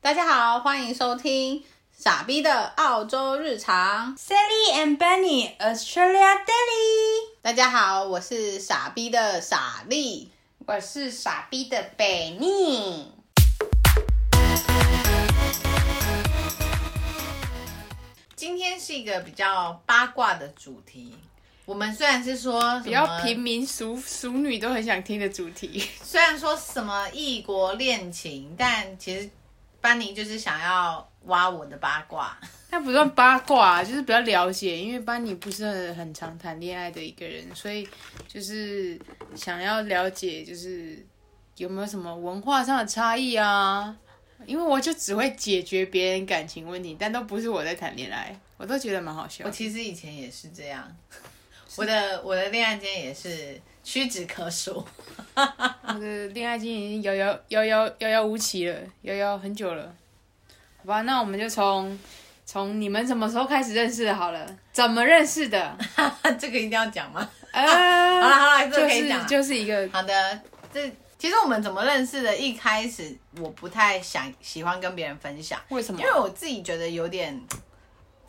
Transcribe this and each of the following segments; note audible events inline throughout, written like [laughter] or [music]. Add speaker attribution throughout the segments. Speaker 1: 大家好，欢迎收听傻逼的澳洲日常。
Speaker 2: Sally and Benny Australia Daily，
Speaker 1: 大家好，我是傻逼的傻丽。
Speaker 2: 我是傻逼的北逆。
Speaker 1: 今天是一个比较八卦的主题。我们虽然是说比
Speaker 3: 比较平，民俗俗女都很想听的主题， [laughs]
Speaker 1: 虽然说什么异国恋情，但其实班尼就是想要挖我的八卦。 [laughs]
Speaker 3: 那不算八卦、就是比较了解，因为班尼不是很很常谈恋爱的一个人，所以就是想要了解，就是有没有什么文化上的差异啊？因为我就只会解决别人感情问题，但都不是我在谈恋爱，我都觉得蛮好笑
Speaker 1: 我。其实以前也是这样，我的我的恋爱经验也是屈指可数。 [laughs]
Speaker 3: 我的恋爱经验已经遥遥遥遥遥遥无期了，遥遥很久了。好吧，那我们就从从你们什么时候开始认识的好了？怎么认
Speaker 1: [laughs]
Speaker 3: 识的？
Speaker 1: 这个一定要讲吗？
Speaker 3: 呃，
Speaker 1: 好了好了，这个
Speaker 3: 就
Speaker 1: 可以讲
Speaker 3: 是
Speaker 1: 了。
Speaker 3: 就是一个
Speaker 1: 好的，这其实我们怎么认识的？一开始我不太想喜欢跟别人分享，
Speaker 3: 为什
Speaker 1: 因
Speaker 3: 么？
Speaker 1: 为我自己觉得有点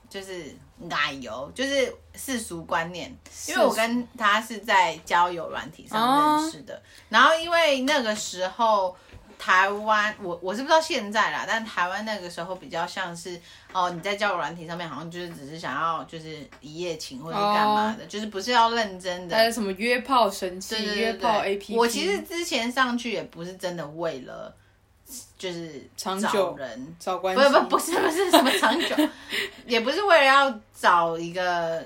Speaker 1: 就是奶油，就是世俗观念。因为我跟他是在交友软体
Speaker 3: 哦
Speaker 1: 上认识的，然后因为那个时候。台湾，我我是不知道现在啦，但台湾那个时候比较像是哦，你在交友软体上面好像就是只是想要就是一夜情或者干嘛的
Speaker 3: 哦
Speaker 1: 就是不是要认真的
Speaker 3: 还有呃什么约炮神器、
Speaker 1: 对对对
Speaker 3: 约炮
Speaker 1: 对
Speaker 3: A P P？
Speaker 1: 我其实之前上去也不是真的为了，就是
Speaker 3: 长
Speaker 1: 找
Speaker 3: 久
Speaker 1: 人，
Speaker 3: 找关
Speaker 1: 不
Speaker 3: 系，
Speaker 1: 不不是不是什么长久，
Speaker 3: [laughs]
Speaker 1: 也不是为了要找一个。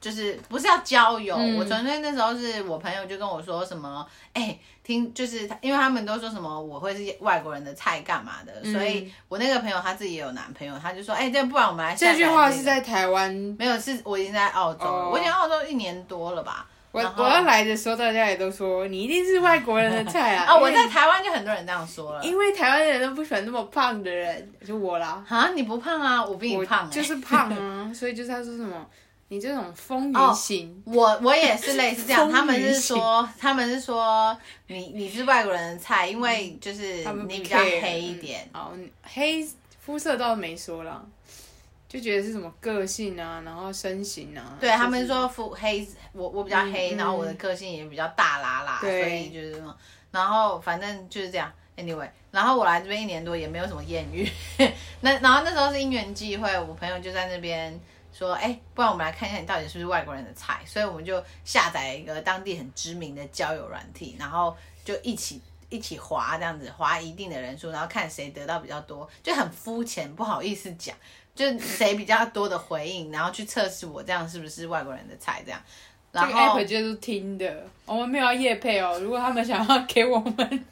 Speaker 1: 就是不是要交友，
Speaker 3: 嗯
Speaker 1: 我纯粹那时候是我朋友就跟我说什么，哎、听就是他因为他们都说什么我会是外国人的菜干嘛的，所
Speaker 3: 嗯
Speaker 1: 以我那个朋友她自己也有男朋友，她就说，哎、这不然我们来下
Speaker 3: 这句话
Speaker 1: 载
Speaker 3: 是
Speaker 1: 个
Speaker 3: 在台湾。
Speaker 1: 没有是我已经在澳洲了，
Speaker 3: 哦
Speaker 1: 我已经澳洲一年多了吧，
Speaker 3: 我
Speaker 1: 然后
Speaker 3: 我要来的时候，大家也都说你一定是外国人的菜啊！
Speaker 1: [laughs] 啊，我
Speaker 3: 因为
Speaker 1: 在台湾就很多人这样说了，
Speaker 3: 因为台湾人都不喜欢那么胖的人，就我啦。
Speaker 1: 啊，你不胖啊？我比你
Speaker 3: 我
Speaker 1: 胖、欸，
Speaker 3: 就是
Speaker 1: [laughs]
Speaker 3: 胖啊，所以就是他说什么，你这种风
Speaker 1: 哦
Speaker 3: 云型，
Speaker 1: 我，我也是类似这
Speaker 3: [laughs]
Speaker 1: 样。
Speaker 3: 丰腴
Speaker 1: 他们是说，他们是说你你是外国人的菜，因为就是
Speaker 3: 嗯他们不
Speaker 1: 你比较
Speaker 3: care，
Speaker 1: 黑一点
Speaker 3: 嗯。哦，黑肤色倒是没说啦，就觉得是什么个性啊，然后身形啊。
Speaker 1: 对
Speaker 3: 就是嗯
Speaker 1: 他们说肤黑，我我比较黑，然后我的个性也比较大啦啦，所
Speaker 3: 对
Speaker 1: 以就是什么，然后反正就是这样。Anyway，然后我来这边一年多也没有什么艳遇，那然后那时候是因缘际会，我朋友就在那边说，哎、不然我们来看一下你到底是不是外国人的菜，所以我们就下载一个当地很知名的交友软体，然后就一起 [laughs] 一起滑这样子，滑一定的人数，然后看谁得到比较多，就很肤浅，不好意思讲，就谁比较多的回应，然后去测试我这样是不是外国人的菜这样，然
Speaker 3: 这个
Speaker 1: 后
Speaker 3: app 就是听的，我们没有要夜配哦。如果他们想要给我们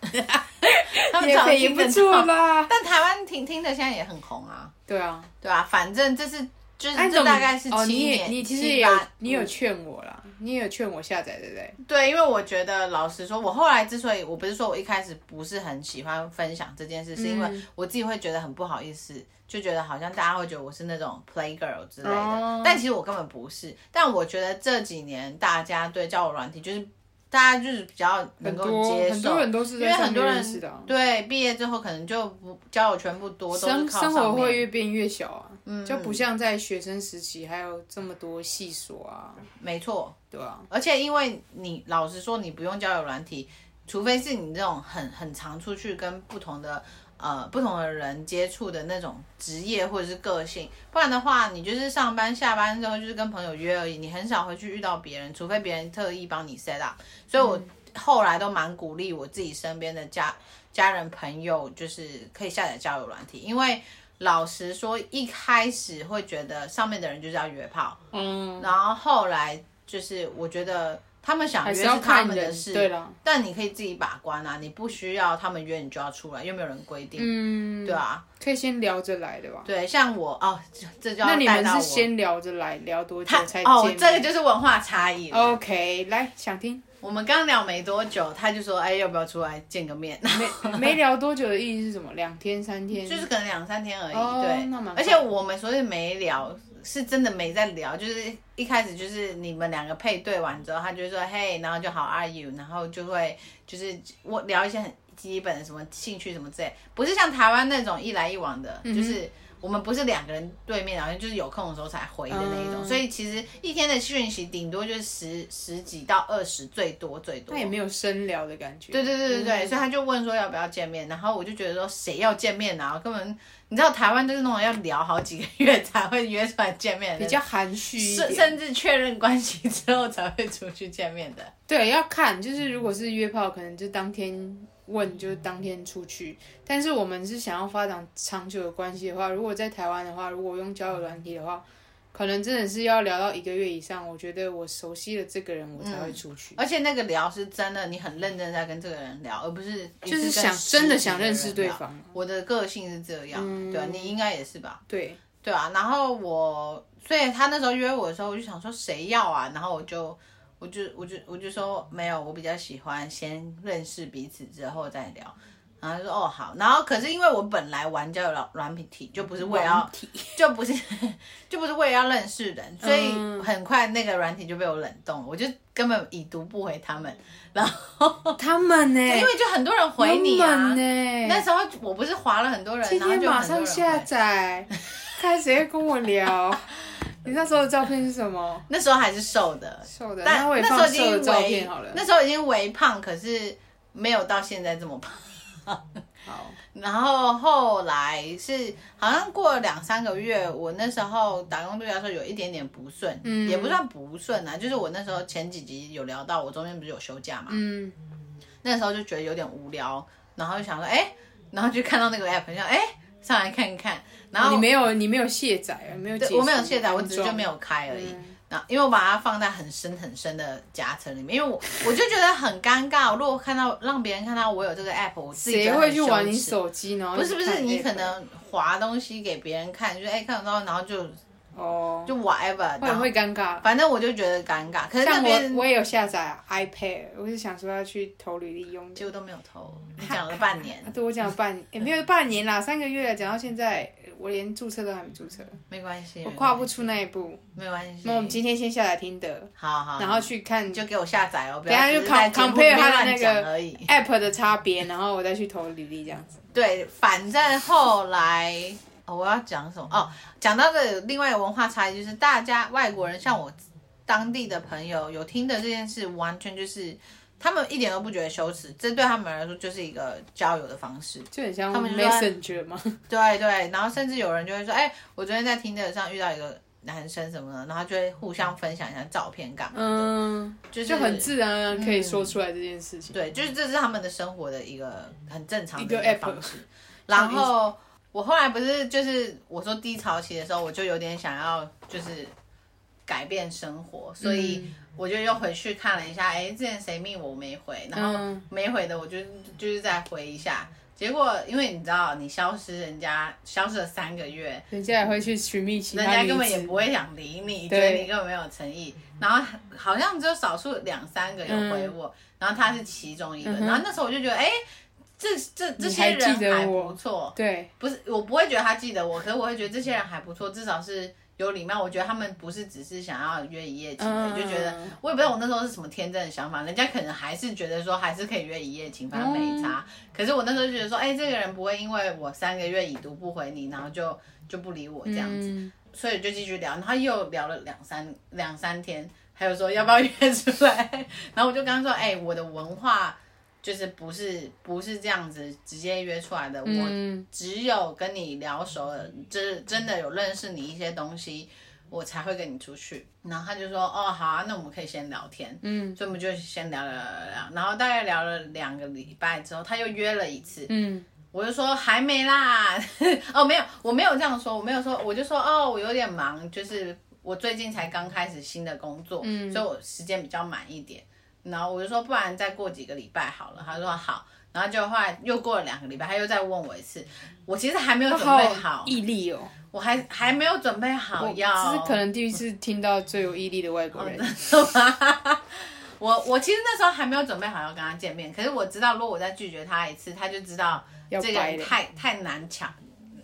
Speaker 1: 他们
Speaker 3: 夜
Speaker 1: 找
Speaker 3: 配也
Speaker 1: 听
Speaker 3: 不
Speaker 1: 得
Speaker 3: 错
Speaker 1: 到，
Speaker 3: 啦。
Speaker 1: 但台湾听听的现在也很红啊，
Speaker 3: 对啊，
Speaker 1: 对吧、反正这是就是
Speaker 3: 哎
Speaker 1: 这大概是
Speaker 3: 哦，
Speaker 1: 七
Speaker 3: 你也
Speaker 1: 年，
Speaker 3: 你其实
Speaker 1: 七
Speaker 3: 也有
Speaker 1: 八嗯
Speaker 3: 你有劝我啦，你也有劝我下载，对不对？
Speaker 1: 对，因为我觉得老实说，我后来之所以我不是说我一开始不是很喜欢分享这件事，是因
Speaker 3: 嗯
Speaker 1: 为我自己会觉得很不好意思，就觉得好像大家会觉得我是那种 play girl 之类的，
Speaker 3: 哦
Speaker 1: 但其实我根本不是。但我觉得这几年大家对交友软体就是大家就是比较能
Speaker 3: 很
Speaker 1: 够接受，
Speaker 3: 多很多人都是
Speaker 1: 因为
Speaker 3: 在上
Speaker 1: 很多
Speaker 3: 面
Speaker 1: 人
Speaker 3: 认识的啊、
Speaker 1: 对毕业之后可能就不交友圈不多，都是
Speaker 3: 生
Speaker 1: 靠
Speaker 3: 生活
Speaker 1: 上
Speaker 3: 会
Speaker 1: 面。嗯
Speaker 3: 越变越小啊，就不像在学生时期还有这么多细数啊，
Speaker 1: 没错，
Speaker 3: 对啊，
Speaker 1: 而且因为你老实说，你不用交友软体，除非是你这种很很常出去跟不同的呃不同的人接触的那种职业或者是个性，不然的话，你就是上班下班之后就是跟朋友约而已，你很少会去遇到别人，除非别人特意帮你 set up。所以我后来都蛮鼓励我自己身边的家家人朋友，就是可以下载交友软体，因为。老实说，一开始会觉得上面的人就是要约炮，
Speaker 3: 嗯，
Speaker 1: 然后后来就是我觉得他们想约
Speaker 3: 还
Speaker 1: 啊
Speaker 3: 是
Speaker 1: 是
Speaker 3: 要
Speaker 1: 他
Speaker 3: 看
Speaker 1: 们的
Speaker 3: 人
Speaker 1: 事，，
Speaker 3: 对啊啦，
Speaker 1: 但你可以自己把关啊，你不需要他们约你就要出来，又没有人规定，
Speaker 3: 嗯，
Speaker 1: 对啊，
Speaker 3: 可以先聊着来的吧。
Speaker 1: 对，像我哦，这这就要
Speaker 3: 那你
Speaker 1: 带
Speaker 3: 们
Speaker 1: 到我
Speaker 3: 是先聊着来，聊多久
Speaker 1: 他
Speaker 3: 才
Speaker 1: 哦，
Speaker 3: 见
Speaker 1: 这个
Speaker 3: 面？哦
Speaker 1: 就是文化差异了。
Speaker 3: OK，来想听，
Speaker 1: 我们刚聊没多久，他就说，哎，要不要出来见个面？
Speaker 3: 没没聊多久的意义是什么？两天三天？
Speaker 1: 就是可能两三天而已，
Speaker 3: 哦
Speaker 1: 对
Speaker 3: 那蛮。快
Speaker 1: 而且我们所以没聊，是真的没在聊，就是一开始就是你们两个配对完之后，他就会说嘿，然后就好 are you，然后就会就是我聊一些很基本的什么兴趣什么之类，不是像台湾那种一来一往的，
Speaker 3: 嗯
Speaker 1: 就是我们不是两个人对面，然后就是有空的时候才回的那一种，
Speaker 3: 嗯
Speaker 1: 所以其实一天的讯息顶多就是十十几到二十，最多最多。
Speaker 3: 那也没有深聊的感觉。嗯
Speaker 1: 对对对对对，所以他就问说要不要见面，然后我就觉得说谁要见面啊？根本你知道台湾就是那种要聊好几个月 [laughs] 才会约出来见面的，
Speaker 3: 比较含蓄一
Speaker 1: 甚
Speaker 3: 点。
Speaker 1: 甚至确认关系之后才会出去见面的。
Speaker 3: 对，要看，就是如果是约炮，可能就当天问，就当天出去。但是我们是想要发展长久的关系的话，如果在台湾的话，如果用交友软体的话，可能真的是要聊到一个月以上，我觉得我熟悉了这个人，我才会出去。
Speaker 1: 而且那个聊是真的，你很认真在跟这个人聊，而不是
Speaker 3: 就
Speaker 1: 一
Speaker 3: 是
Speaker 1: 次跟
Speaker 3: 想
Speaker 1: 十
Speaker 3: 真的
Speaker 1: 几
Speaker 3: 想
Speaker 1: 个
Speaker 3: 认
Speaker 1: 人
Speaker 3: 识对嗯
Speaker 1: 聊。
Speaker 3: 方。
Speaker 1: 我的个性是这样，对、啊，你应该也是吧？
Speaker 3: 对，
Speaker 1: 对啊，然后我，所以他那时候约我的时候，我就想说谁要啊，然后我就，我就，我就，我就说没有，我比较喜欢先认识彼此之后再聊。然后他说哦好，然后可是因为我本来玩交友软软体就不是为了要
Speaker 3: 软体
Speaker 1: 就不是 [laughs] 就不是为了要认识人，所以
Speaker 3: 嗯
Speaker 1: 很快那个软体就被我冷冻了，我就根本已读不回他们，
Speaker 3: 他们呢、
Speaker 1: 因为就很多人回你
Speaker 3: 他
Speaker 1: 啊
Speaker 3: 们。呢、
Speaker 1: 那时候我不是划了很多人，
Speaker 3: 今
Speaker 1: 然后
Speaker 3: 天
Speaker 1: 就
Speaker 3: 马
Speaker 1: 很多
Speaker 3: 上
Speaker 1: 人
Speaker 3: 下
Speaker 1: 回。
Speaker 3: 载，看谁会跟我聊。你那时候的照片是什么？
Speaker 1: 那时候还是瘦的，
Speaker 3: 瘦的，
Speaker 1: 但
Speaker 3: 那我也
Speaker 1: 那时候
Speaker 3: 放
Speaker 1: 已
Speaker 3: 瘦的
Speaker 1: 经
Speaker 3: 照
Speaker 1: 微
Speaker 3: 片好了。
Speaker 1: 那时候已经微胖，可是没有到现在这么胖。
Speaker 3: 好，
Speaker 1: 然后后来是好像过了两三个月，我那时候打工度假的时候有一点点不顺，
Speaker 3: 嗯
Speaker 1: 也不算不顺啊，就是我那时候前几集有聊到，我中间不是有休假嘛，
Speaker 3: 嗯，
Speaker 1: 那时候就觉得有点无聊，然后就想说，哎，然后就看到那个 app，就想哎上来看看，然后
Speaker 3: 哦你没有你没有卸载，没有解
Speaker 1: 对
Speaker 3: 锁
Speaker 1: 我没有卸载，我只是就没
Speaker 3: 有。
Speaker 1: 有开而已。
Speaker 3: 嗯
Speaker 1: 那因为我把它放在很深很深的夹层里面，因为我我就觉得很尴尬。如果看到让别人看到我有这个 app，我自己
Speaker 3: 谁
Speaker 1: 觉得
Speaker 3: 会
Speaker 1: 很
Speaker 3: 去
Speaker 1: 羞耻
Speaker 3: 玩你？手机然后
Speaker 1: 不是不
Speaker 3: 看
Speaker 1: 是，你
Speaker 3: app
Speaker 1: 可能划东西给别人看，就是哎、看得到，然后就
Speaker 3: 哦，
Speaker 1: 就 whatever，
Speaker 3: 会
Speaker 1: 然后
Speaker 3: 会尴尬。
Speaker 1: 反正我就觉得尴尬。可是那
Speaker 3: 像
Speaker 1: 边
Speaker 3: 我我也有下载啊 iPad，我是想说要去投履历用的。
Speaker 1: 结果都没有投，你讲了半年
Speaker 3: 啊，对我讲了半也、没有半年啦，三个月了，讲到现在，我连注册都还没注册，
Speaker 1: 没关系，
Speaker 3: 我跨不出那一步。
Speaker 1: 没关系。
Speaker 3: 那我们今天先下来听的，
Speaker 1: 好好，
Speaker 3: 然后去看
Speaker 1: 你就给我下载哦，不
Speaker 3: 等
Speaker 1: 要
Speaker 3: 一
Speaker 1: 只
Speaker 3: 下就
Speaker 1: 是在节
Speaker 3: com-
Speaker 1: 目
Speaker 3: compare
Speaker 1: 里面
Speaker 3: 它的那
Speaker 1: 乱讲
Speaker 3: 个
Speaker 1: 而已。
Speaker 3: App 的差别，然后我再去投履历这样子。
Speaker 1: 对，反正后来、哦、我要讲什么哦？讲到的另外一个文化差异就是，大家外国人像我当地的朋友有听的这件事，完全就是他们一点都不觉得羞耻，这对他们来说就是一个交友的方
Speaker 3: [laughs]
Speaker 1: 式。
Speaker 3: 就很像
Speaker 1: 他们就说
Speaker 3: Messenger 嘛，
Speaker 1: 对对，然后甚至有人就会说，哎、我昨天在听的上遇到一个男生什么的，然后就会互相分享一下照片干嘛，
Speaker 3: 嗯，
Speaker 1: 啊就是嗯
Speaker 3: 就很自然而然可以说出来这件事情。
Speaker 1: 对，就是这是他们的生活的一个很正常的
Speaker 3: 一个
Speaker 1: 一
Speaker 3: app
Speaker 1: 个
Speaker 3: [laughs]
Speaker 1: 方式。然后我后来不是就是我说低潮期的时候，我就有点想要就是改变生活，所
Speaker 3: 嗯
Speaker 1: 以我就又回去看了一下，哎，之前谁密我没回，然后
Speaker 3: 嗯
Speaker 1: 没回的我就就是再回一下。结果因为你知道，你消失人家消失了三个月，
Speaker 3: 人家也会去寻觅其他
Speaker 1: 人家
Speaker 3: 女
Speaker 1: 根本
Speaker 3: 子
Speaker 1: 也不会想理你，觉
Speaker 3: 对嗯
Speaker 1: 得你根本没有诚意。然后好像只有少数两三个有回我，然后他是其中一个。
Speaker 3: 嗯哼
Speaker 1: 然后那时候我就觉得，哎，这这这些
Speaker 3: 你还记得
Speaker 1: 人还
Speaker 3: 我
Speaker 1: 不错，
Speaker 3: 对，
Speaker 1: 不是我不会觉得他记得我，可是我会觉得这些人还不错，至少是有礼貌。我觉得他们不是只是想要约一夜情而已，
Speaker 3: 嗯
Speaker 1: 就觉得我也不知道我那时候是什么天真的想法，人家可能还是觉得说还是可以约一夜情，反正
Speaker 3: 嗯
Speaker 1: 没差。可是我那时候就觉得说，哎、这个人不会因为我三个月已读不回你，然后就就不理我这样子，
Speaker 3: 嗯，
Speaker 1: 所以就继续聊，然后又聊了两三两三天，还有说要不要约出来， [laughs] 然后我就跟他说，哎、我的文化。就是不是不是这样子直接约出来的，我
Speaker 3: 嗯
Speaker 1: 只有跟你聊熟了，真真的有认识你一些东西，我才会跟你出去。然后他就说，哦，好啊，那我们可以先聊天。
Speaker 3: 嗯
Speaker 1: 所以我们就先聊聊聊聊聊，然后大概聊了两个礼拜之后，他又约了一次，
Speaker 3: 嗯，
Speaker 1: 我就说还没啦， [laughs] 哦没有，我没有这样说，我没有说，我就说哦我有点忙，就是我最近才刚开始新的工作，
Speaker 3: 嗯
Speaker 1: 所以我时间比较满一点，然后我就说不然再过几个礼拜好了，他说好，然后就后来又过了两个礼拜，他又再问我一次，我其实还没有准备好，
Speaker 3: 毅力哦，
Speaker 1: 我还还没有准备好要，哦
Speaker 3: 这是可能第一次听到最有毅力的外国人。
Speaker 1: [laughs] 我我其实那时候还没有准备好要跟他见面，可是我知道，如果我再拒绝他一次，他就知道
Speaker 3: 要
Speaker 1: 这个
Speaker 3: 掰
Speaker 1: 人
Speaker 3: 了
Speaker 1: 太太难抢，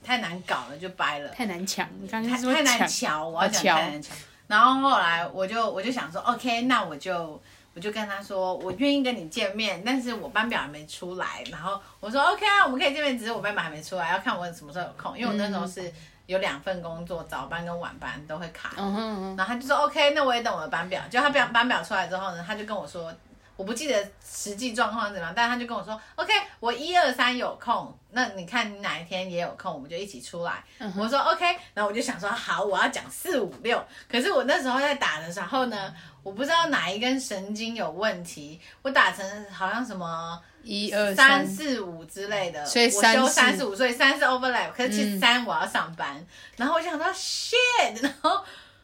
Speaker 1: 太难搞了，就掰了。
Speaker 3: 太难抢，你刚刚
Speaker 1: 太
Speaker 3: 是说
Speaker 1: 太难
Speaker 3: 抢，
Speaker 1: 瞧，我要讲
Speaker 3: 啊瞧
Speaker 1: 太难瞧。然后后来我就我就想说，OK，那我就我就跟他说，我愿意跟你见面，但是我班表还没出来。然后我说 OK 啊，我们可以见面，只是我班表还没出来，要看我什么时候有空，因为我那时候是有两份工作，早班跟晚班都会卡。
Speaker 3: 嗯哼嗯
Speaker 1: 然后他就说 OK，那我也等我的班表。就他表班表出来之后呢，他就跟我说，我不记得实际状况是怎么样，但是他就跟我说 OK，我一二三有空，那你看你哪一天也有空，我们就一起出来。我说 OK，然后我就想说好，我要讲四五六。可是我那时候在打的时候呢，我不知道哪一根神经有问题，我打成好像什么。
Speaker 3: 哼，一二
Speaker 1: 三四五之类的，
Speaker 3: 所以
Speaker 1: 我
Speaker 3: 三
Speaker 1: 休
Speaker 3: 四嗯
Speaker 1: 三四五，所以三是 overlap，可是其实三我要上班，然后我就想到 shit，然后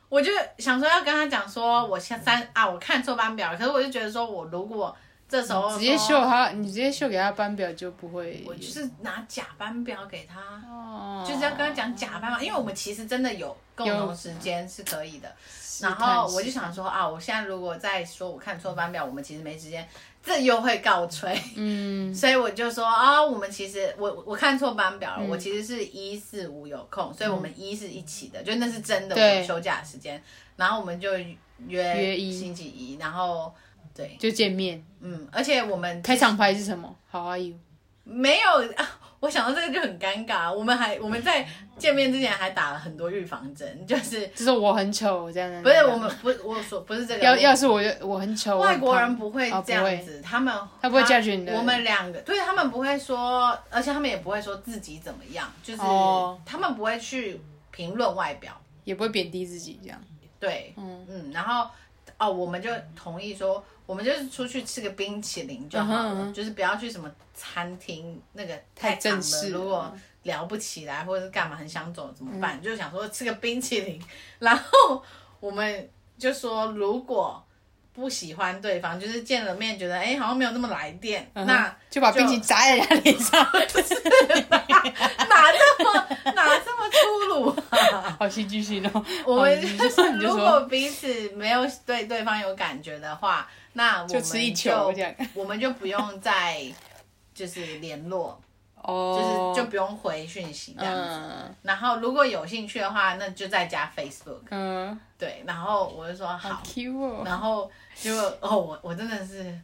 Speaker 1: 我就想说要跟他讲说，我下三啊，我看错班表了，可是我就觉得说我如果这时候
Speaker 3: 嗯直接
Speaker 1: 说
Speaker 3: 秀他，你直接秀给他班表就不会。
Speaker 1: 我就是拿假班表给他，
Speaker 3: 哦，
Speaker 1: 就是要跟他讲假班表，因为我们其实真的有共同
Speaker 3: 有
Speaker 1: 时间是可以的，
Speaker 3: 试
Speaker 1: 然
Speaker 3: 探，
Speaker 1: 后我就
Speaker 3: 试探
Speaker 1: 想说啊，我现在如果再说我看错班表，我们其实没时间，这又会告吹。
Speaker 3: 嗯，
Speaker 1: 所以我就说啊、我们其实我我看错班表了，
Speaker 3: 嗯
Speaker 1: 我其实是一四五有空，所以我们一是一起的，就那是真的我
Speaker 3: 对
Speaker 1: 们休假的时间，然后我们就约
Speaker 3: 约一
Speaker 1: 星期一，然后对，
Speaker 3: 就见面。
Speaker 1: 嗯，而且我们
Speaker 3: 开场牌是什么？How are you？
Speaker 1: 没有啊，我想到这个就很尴尬，我们还我们在见面之前还打了很多预防针，就是
Speaker 3: 就是我很丑这样。
Speaker 1: 不是我们不我说不是这个
Speaker 3: 要要是我就我很丑，
Speaker 1: 外国
Speaker 3: 我很
Speaker 1: 人
Speaker 3: 胖
Speaker 1: 不会
Speaker 3: 哦
Speaker 1: 这样
Speaker 3: 不会
Speaker 1: 子，他们
Speaker 3: 他不会 judge 你的
Speaker 1: 我们两个，对他们不会说，而且他们也不会说自己怎么样，就是、
Speaker 3: 哦
Speaker 1: 他们不会去评论外表，
Speaker 3: 也不会贬低自己这样。
Speaker 1: 对，嗯嗯，然后哦，我们就同意说，我们就是出去吃个冰淇淋就好了，
Speaker 3: 嗯哼嗯哼
Speaker 1: 就是不要去什么餐厅那个
Speaker 3: 太
Speaker 1: 长
Speaker 3: 正式了嗯
Speaker 1: 如果聊不起来或者是干嘛很想走怎么办？就想说吃个冰淇淋，然后我们就说如果。不喜欢对方，就是见了面觉得哎、好像没有那么来电，
Speaker 3: 嗯哼
Speaker 1: 那 [laughs]
Speaker 3: 就把冰淇淋砸在人家脸上，
Speaker 1: 哪这么哪这么粗鲁啊？
Speaker 3: 好戏剧性哦。
Speaker 1: 我们
Speaker 3: 哦你
Speaker 1: [laughs] 就
Speaker 3: 就是说你就
Speaker 1: 如果
Speaker 3: 说
Speaker 1: 彼此没有对对方有感觉的话，那我们
Speaker 3: 就吃一球这样
Speaker 1: 我们就不用再 [laughs] 就是联络，
Speaker 3: 哦
Speaker 1: 就，是就不用回讯息这样子。
Speaker 3: 嗯
Speaker 1: 然后如果有兴趣的话，那就再加 Facebook。
Speaker 3: 嗯，
Speaker 1: 对，然后我就说好
Speaker 3: 好，Q 哦，
Speaker 1: 然后结果哦，我我真的是，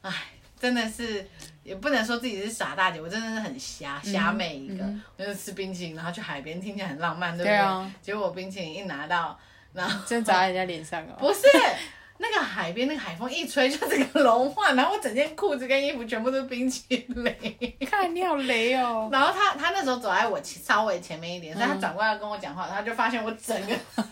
Speaker 1: 唉，真的是也不能说自己是傻大姐，我真的是很
Speaker 3: 嗯
Speaker 1: 瞎瞎妹一个。我就吃冰淇淋，然后去海边，听起来很浪漫，对不对？
Speaker 3: 对啊
Speaker 1: 结果我冰淇淋一拿到，然后
Speaker 3: 真砸在人家脸上哦。
Speaker 1: 嗯不是 [laughs] 那个海边，那个海风一吹就整个融化，然后我整件裤子跟衣服全部都是冰淇淋。
Speaker 3: 看你好雷
Speaker 1: [laughs]
Speaker 3: 哦，
Speaker 1: 然后他他那时候走在我前稍微前面
Speaker 3: 嗯
Speaker 1: 一点，所以他转过来跟我讲话，他就发现我整个， [laughs]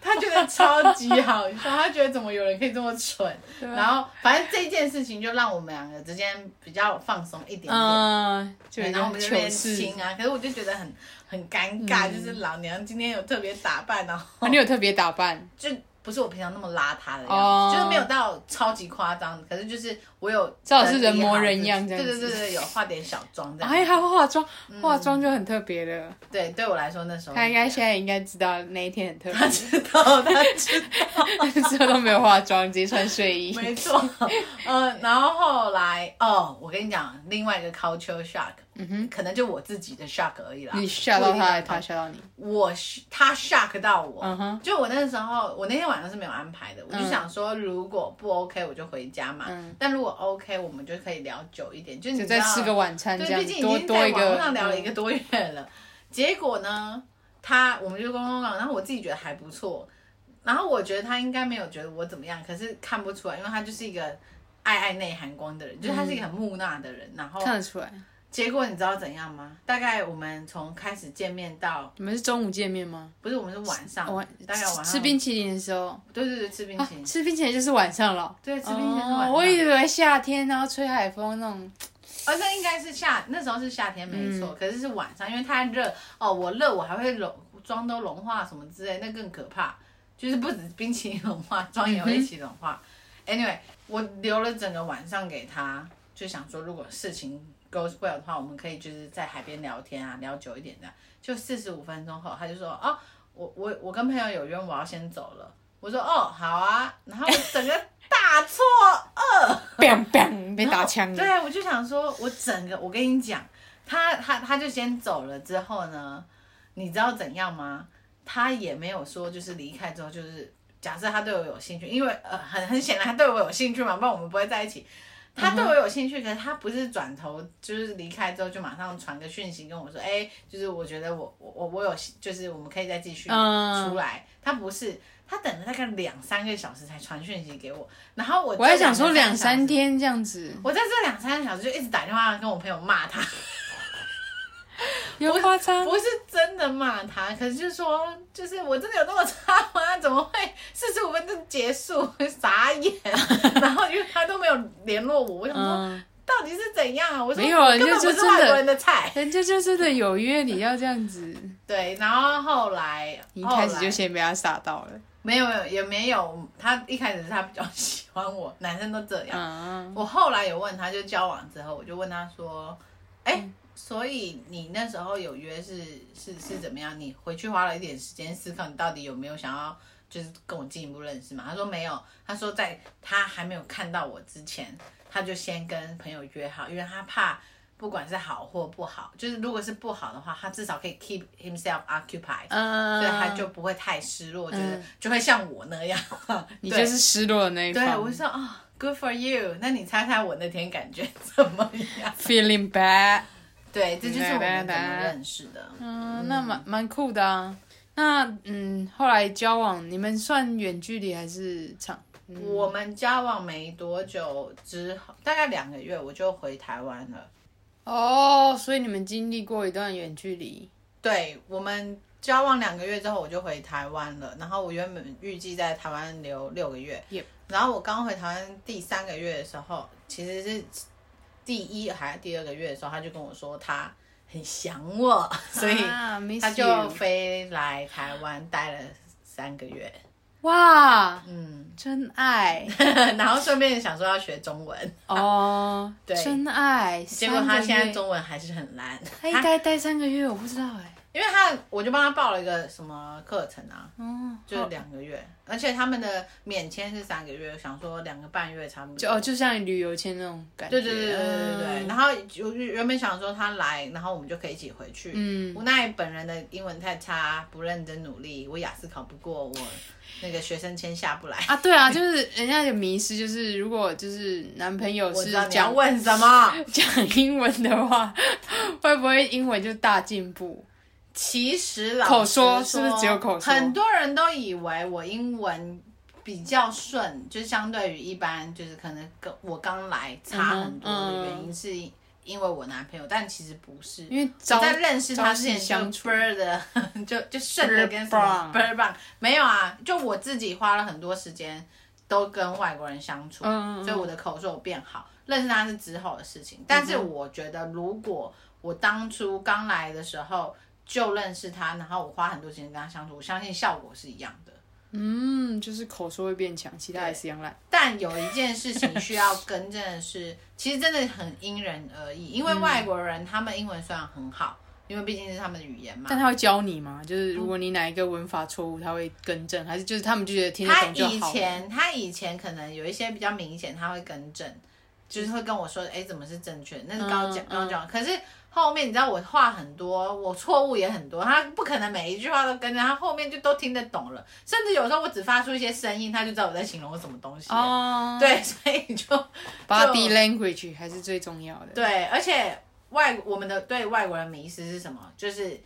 Speaker 1: 他觉得超级好笑，他觉得怎么有人可以这么蠢。
Speaker 3: 啊
Speaker 1: 然后反正这件事情就让我们两个之间比较放松一点点。
Speaker 3: 嗯，就
Speaker 1: 对
Speaker 3: 有
Speaker 1: 然后我们
Speaker 3: 点
Speaker 1: 就边
Speaker 3: 糗事嗯
Speaker 1: 亲。啊，可是我就觉得很很尴尬，就是老娘今天有特别打扮，然后
Speaker 3: 啊你有特别打扮，
Speaker 1: 就不是我平常那么邋遢的样子，
Speaker 3: 哦
Speaker 1: 就是没有到超级夸张，可是就是我有
Speaker 3: 至少是人
Speaker 1: 整
Speaker 3: 模
Speaker 1: 理好
Speaker 3: 人样
Speaker 1: 自己
Speaker 3: 这
Speaker 1: 对
Speaker 3: 样子哎
Speaker 1: 对对对，有化点小妆这样。
Speaker 3: 还好化妆，
Speaker 1: 嗯
Speaker 3: 化妆就很特别了。
Speaker 1: 对，对我来说那时候
Speaker 3: 他应该现在应该知道那一天很
Speaker 1: [laughs]
Speaker 3: 特
Speaker 1: 他知道，他知道，
Speaker 3: 别，之后都没有化妆，直接穿睡衣。
Speaker 1: 没错。呃，然后后来哦，我跟你讲另外一个 culture shock，嗯哼，可能就我自己的 shock 而已啦。
Speaker 3: 你吓到
Speaker 1: 不一定
Speaker 3: 他，
Speaker 1: 要
Speaker 3: 他吓到你。
Speaker 1: 我他 shock 到我，
Speaker 3: 嗯哼
Speaker 1: 就我那时候，我那天晚上是没有安排的，我就想说，如果不 OK 我就回家嘛，但如果 OK 我们就可以聊久一点，就是你
Speaker 3: 嗯就
Speaker 1: 知道
Speaker 3: 再吃个晚餐这
Speaker 1: 对，
Speaker 3: 样
Speaker 1: 毕，竟
Speaker 3: 多
Speaker 1: 已经
Speaker 3: 多
Speaker 1: 在
Speaker 3: 一
Speaker 1: 网
Speaker 3: 个嗯
Speaker 1: 络上聊了一个多月了，结果呢，他我们就公公讲，然后我自己觉得还不错，然后我觉得他应该没有觉得我怎么样，可是看不出来，因为他就是一个爱爱内涵光的人，就是他是一个很木讷的人，然后
Speaker 3: 嗯看得出来。
Speaker 1: 结果你知道怎样吗？大概我们从开始见面到。
Speaker 3: 你们是中午见面吗？
Speaker 1: 不是，我们是晚上，
Speaker 3: 晚
Speaker 1: 啊大概晚上
Speaker 3: 吃冰淇淋的时候，
Speaker 1: 对对对，吃冰
Speaker 3: 啊
Speaker 1: 淇淋，
Speaker 3: 吃冰淇淋就是晚上了。
Speaker 1: 对，吃冰淇淋是晚
Speaker 3: 哦
Speaker 1: 上。
Speaker 3: 我以为夏天然后吹海风
Speaker 1: [laughs]
Speaker 3: 那种，
Speaker 1: 哦，那应该是夏，那时候是夏天没错，可是是晚上，因为太热哦，我热我还会融妆都融化什么之类，那更可怕，就是不止冰淇淋融化，妆也会一起融化。anyway，我 [laughs] 留了整个晚上给他，就想说如果事情 goes well 的话，我们可以就是在海边聊天啊，聊久一点的。就四十五分钟后，他就说哦，我我我跟朋友有约，我要先走了。我说哦，好啊，然后我整个大错
Speaker 3: 砰砰被打枪
Speaker 1: 对
Speaker 3: 了。
Speaker 1: 啊，我就想说，我整个，我跟你讲，他他他就先走了之后呢，你知道怎样吗？他也没有说就是离开之后就是，假设他对我有兴趣，因为呃很很显然他对我有兴趣嘛，不然我们不会在一起。他对我有兴趣，可是他不是转头就是离开之后就马上传个讯息跟我说，哎、就是我觉得我我我我有兴，就是我们可以再继续
Speaker 3: 嗯
Speaker 1: 出来。他不是，他等了大概两三个小时才传讯息给我，然后我
Speaker 3: 我还想说
Speaker 1: 这
Speaker 3: 两
Speaker 1: 个小时
Speaker 3: 三天这样子，
Speaker 1: 我在这两三个小时就一直打电话跟我朋友骂他，
Speaker 3: 有夸张，
Speaker 1: 不是真的骂他，可是就是说，就是我真的有那么差吗？怎么会四十五分钟结束？傻眼。然后因为他都没有联络我，我想说、
Speaker 3: 嗯，
Speaker 1: 到底是怎样啊？我说
Speaker 3: 没有啊
Speaker 1: 根本不
Speaker 3: 就是真的
Speaker 1: 外国人的菜。
Speaker 3: 人家就真的有约你要这样子，
Speaker 1: 对，然后后来
Speaker 3: 你一开始
Speaker 1: 后
Speaker 3: 就
Speaker 1: 来
Speaker 3: 先被他吓到了，
Speaker 1: 没有没有也没有，他一开始是他比较喜欢我，男生都这样。
Speaker 3: 嗯，
Speaker 1: 我后来有问他，就交往之后，我就问他说：“哎、
Speaker 3: 嗯
Speaker 1: 所以你那时候有约是是是怎么样？你回去花了一点时间思考，你到底有没有想要就是跟我进一步认识嘛？”他说没有，他说在他还没有看到我之前，他就先跟朋友约好，因为他怕。不管是好或不好，就是如果是不好的话，他至少可以 keep himself occupied，、
Speaker 3: 嗯，
Speaker 1: 所以他就不会太失落，觉得
Speaker 3: 嗯
Speaker 1: 就会像我那样。
Speaker 3: 你
Speaker 1: 对
Speaker 3: 就是失落的那一
Speaker 1: 对，
Speaker 3: 方
Speaker 1: 我就说啊、g o o d for you。那你猜猜我那天感觉怎么样？ [laughs]
Speaker 3: ，feeling bad。
Speaker 1: 对，这就是我们怎么
Speaker 3: 拜拜
Speaker 1: 认识的。
Speaker 3: 嗯，那蛮蛮酷的啊。那嗯，后来交往，你们算远距离还是长？
Speaker 1: 我们交往没多久之后，大概两个月我就回台湾了。
Speaker 3: 哦，所以你们经历过一段远距离。
Speaker 1: 对我们交往两个月之后，我就回台湾了。然后我原本预计在台湾留六个月
Speaker 3: Yep
Speaker 1: 然后我刚回台湾第三个月的时候，其实是第一还是第二个月的时候，他就跟我说他很想我， [laughs] 所以
Speaker 3: 啊，miss
Speaker 1: 他就
Speaker 3: you
Speaker 1: 飞来台湾待了三个月，
Speaker 3: 哇，
Speaker 1: 嗯，
Speaker 3: 真爱
Speaker 1: [laughs] 然后顺便想说要学中文，
Speaker 3: 哦，
Speaker 1: 对
Speaker 3: 真爱。
Speaker 1: 结果他
Speaker 3: 三个月
Speaker 1: 现在中文还是很烂，
Speaker 3: 他应该待三个月，我不知道哎。
Speaker 1: 因为他我就帮他报了一个什么课程啊，
Speaker 3: 哦，
Speaker 1: 就是两个月，而且他们的免签是三个月，我想说两个半月差不
Speaker 3: 就
Speaker 1: 多。
Speaker 3: 哦，就像旅游签那种感觉。
Speaker 1: 对对对对对对对，然后我原本想说他来，然后我们就可以一起回去。
Speaker 3: 嗯
Speaker 1: 无奈本人的英文太差，不认真努力，我雅思考不过，我那个学生签下不来。
Speaker 3: 啊，对啊，就是人家有迷失，就是如果就是男朋友
Speaker 1: 我
Speaker 3: 是
Speaker 1: 知道你要
Speaker 3: 讲
Speaker 1: 问什么，
Speaker 3: 讲英文的话，会不会英文就大进步？
Speaker 1: 其实老
Speaker 3: 口
Speaker 1: 实
Speaker 3: 说
Speaker 1: 说
Speaker 3: 是不是只有口说
Speaker 1: 很多人都以为我英文比较顺，就是相对于一般，就是可能跟我刚来差很多
Speaker 3: 嗯
Speaker 1: 的
Speaker 3: 哼
Speaker 1: 原因，是因为我男朋友，但其实不是。
Speaker 3: 因为
Speaker 1: 我
Speaker 3: 早
Speaker 1: 在认识他之前
Speaker 3: 朝夕相
Speaker 1: 就
Speaker 3: 处
Speaker 1: 倍儿的， [laughs] 就就顺的跟什么倍
Speaker 3: 倍
Speaker 1: 儿棒，没有啊，就我自己花了很多时间都跟外国人相处，
Speaker 3: 嗯嗯嗯
Speaker 1: 所以我的口说有变好。认识他是之后的事情，但
Speaker 3: 嗯
Speaker 1: 是我觉得如果我当初刚来的时候就认识他，然后我花很多时间跟他相处，我相信效果是一样的。
Speaker 3: 嗯，就是口说会变强，其他还是一样烂。
Speaker 1: 但有一件事情需要更正的是，其实真的很因人而异，因为
Speaker 3: 嗯
Speaker 1: 外国人他们英文虽然很好，因为毕竟是他们的语言嘛，嗯
Speaker 3: 但他会教你吗？就是如果你哪一个文法错误，他会更正，还是就是他们就觉得听得
Speaker 1: 他
Speaker 3: 懂就
Speaker 1: 以
Speaker 3: 好了？
Speaker 1: 前他以前可能有一些比较明显，他会更正，就是会跟我说，哎、怎么是正确？那是高讲、
Speaker 3: 嗯
Speaker 1: 高讲。可是后面你知道我话很多，我错误也很多，他不可能每一句话都跟着，他后面就都听得懂了。甚至有时候我只发出一些声音，他就知道我在形容什么东西。
Speaker 3: 哦，
Speaker 1: 对，所以就
Speaker 3: ，body
Speaker 1: 就
Speaker 3: language 还是最重要的。
Speaker 1: 对，而且外我们的对外国人迷思是什么？就是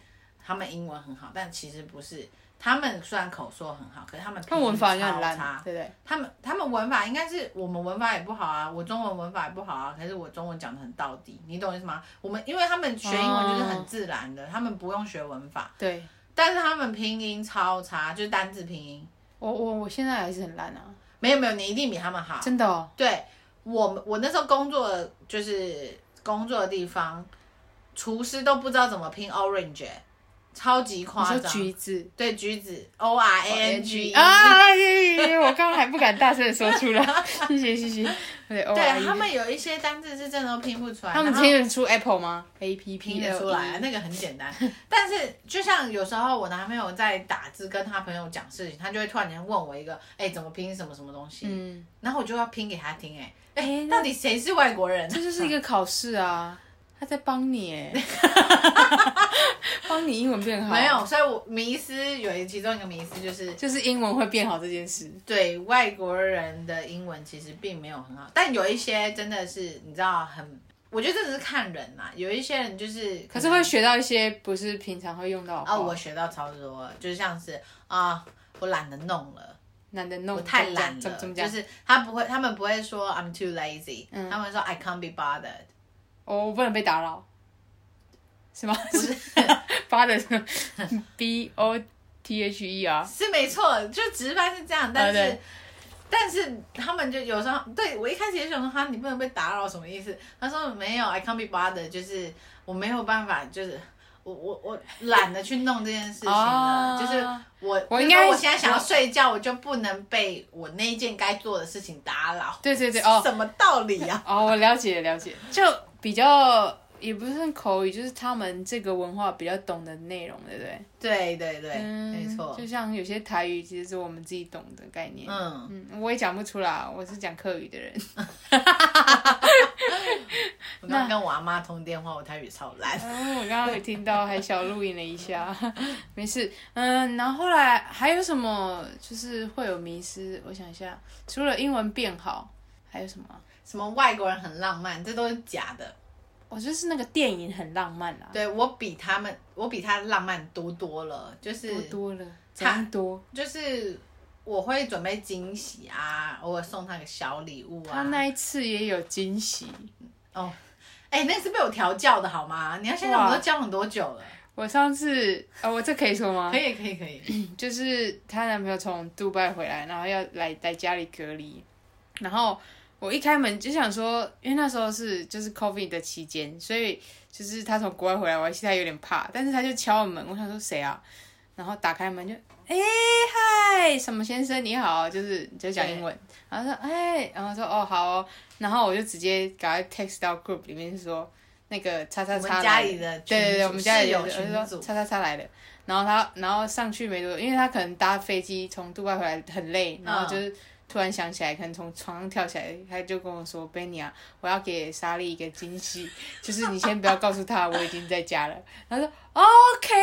Speaker 1: 他们英文很好，但其实不是。他们虽然口说很好，可是他们
Speaker 3: 那文法就很
Speaker 1: 拼音超差
Speaker 3: 烂，对不对？
Speaker 1: 他们他们文法应该是我们文法也不好啊，我中文文法也不好啊，可是我中文讲的很到底，你懂我意思吗？我们因为他们学英文就是很自然的，他们不用学文法，
Speaker 3: 对，
Speaker 1: 但是他们拼音超差，就是单字拼音，
Speaker 3: 我我我现在还是很烂啊，
Speaker 1: 没有没有，你一定比他们好。
Speaker 3: 真的哦。
Speaker 1: 对我们我那时候工作的就是工作的地方，厨师都不知道怎么拼 orange，、欸超级
Speaker 3: 你
Speaker 1: 夸
Speaker 3: 说
Speaker 1: 张。
Speaker 3: 橘子
Speaker 1: 对橘子 O R A N G E
Speaker 3: 啊，我刚刚还不敢大声的说
Speaker 1: [laughs]
Speaker 3: 出来，谢谢谢谢。对，偶尔
Speaker 1: 对啊他们有一些单字是真的都拼不出来，
Speaker 3: 他们
Speaker 1: 然后
Speaker 3: 听得出 Apple 吗？A P 呃
Speaker 1: 拼
Speaker 3: P
Speaker 1: 得出来、
Speaker 3: 嗯
Speaker 1: 啊，那个很简单。 [laughs] 但是就像有时候我男朋友在打字跟他朋友讲事情，他就会突然间问我一个，哎、怎么拼什么什么东西，
Speaker 3: 嗯，
Speaker 1: 然后我就要拼给他听、哎、
Speaker 3: 哎
Speaker 1: 到底谁是外国人？
Speaker 3: 这就是一个考试啊。他在帮你哎，帮你英文变
Speaker 1: [laughs]
Speaker 3: 好。
Speaker 1: 没有，，所以我迷思有一其中一个迷思就是
Speaker 3: 就是英文会变好这件事。
Speaker 1: 对外国人的英文其实并没有很好，但有一些真的是你知道很，我觉得这只是看人啦、有一些人就是可
Speaker 3: 可是会学到一些不是平常会用到的
Speaker 1: 啊，
Speaker 3: 话
Speaker 1: 我学到超多了，就像是啊，我懒得弄了，
Speaker 3: 懒得弄，
Speaker 1: 我太懒了，
Speaker 3: 怎么怎么
Speaker 1: 就
Speaker 3: 讲？
Speaker 1: 是他不会，他们不会说 I'm too lazy，、他
Speaker 3: 嗯
Speaker 1: 们会说 I can't be
Speaker 3: [laughs]
Speaker 1: bothered，
Speaker 3: 哦，我不能被打扰，是吗？
Speaker 1: 不是
Speaker 3: 发的
Speaker 1: [laughs]
Speaker 3: B O T H E R，
Speaker 1: 是没错，就直翻是这样，但是。
Speaker 3: 哦对
Speaker 1: 但是他们就有时候对我一开始也想说哈，你不能被打扰什么意思？他说没有，I can't be bothered，就是我没有办法，就是我我我懒得去弄这件事情了，
Speaker 3: 哦
Speaker 1: 就是我
Speaker 3: 我
Speaker 1: 比如
Speaker 3: 应该
Speaker 1: 说我现在想要睡觉，我就不能被我那一件该做的事情打扰，
Speaker 3: 对对对，哦
Speaker 1: 什么道理啊呀、
Speaker 3: 哦，我了解了解，就比较也不是很口语，就是他们这个文化比较懂的内容，对不对？
Speaker 1: 对对对，
Speaker 3: 嗯，
Speaker 1: 没错
Speaker 3: 就，像有些台语其实是我们自己懂的概念。
Speaker 1: 嗯，
Speaker 3: 嗯，我也讲不出来，我是讲客语的人。
Speaker 1: 我
Speaker 3: 嗯
Speaker 1: 刚刚跟我阿妈通电话，我台语超烂，
Speaker 3: 哦，我刚刚有听到，还小录音了一下， [laughs] 没事。嗯，然后后来还有什么就是会有迷失？我想一下，除了英文变好，还有什么啊？
Speaker 1: 什么外国人很浪漫，这都是假的。
Speaker 3: 我就是那个电影很浪漫啊啦，
Speaker 1: 对我比他们，我比他浪漫多多了，就是
Speaker 3: 多多了，怎样多？啊
Speaker 1: 就是我会准备惊喜啊，偶尔送他个小礼物
Speaker 3: 他
Speaker 1: 啊。
Speaker 3: 那一次也有惊喜，
Speaker 1: 哦，哎、那是被我调教的好吗？你要想想，
Speaker 3: 哇
Speaker 1: 我们都交往多久了？
Speaker 3: 我上次，呃、我这可以说吗
Speaker 1: 可？以，可以，可以。
Speaker 3: 就是她男朋友从杜拜回来，然后要来来家里隔离，然后我一开门就想说，因为那时候是就是 COVID 的期间，所以就是她从国外回来，我还记得她有点怕，但是她就敲我门，我想说谁啊？然后打开门就，哎、嗨，什么先生你好，就是你就讲英文，然后说哎、然后说哦好哦，然后我就直接赶快 text 到 group 里面说那个叉叉
Speaker 1: 我
Speaker 3: 叉
Speaker 1: 们家
Speaker 3: 来
Speaker 1: 里的
Speaker 3: 对对
Speaker 1: 群
Speaker 3: 对，
Speaker 1: 组
Speaker 3: 我们家里呃
Speaker 1: 室
Speaker 3: 有
Speaker 1: 友
Speaker 3: 我就
Speaker 1: 群
Speaker 3: 说
Speaker 1: 组
Speaker 3: 叉叉叉来的，然后他然后上去没多久，因为他可能搭飞机从杜拜回来很累，然后就是突然想起来，可能从床上跳起来，他就跟我说：“Benny 啊，我要给莎莉一个惊喜， [laughs] 就是你先不要告诉她我已经在家了。”然后说：“OK。”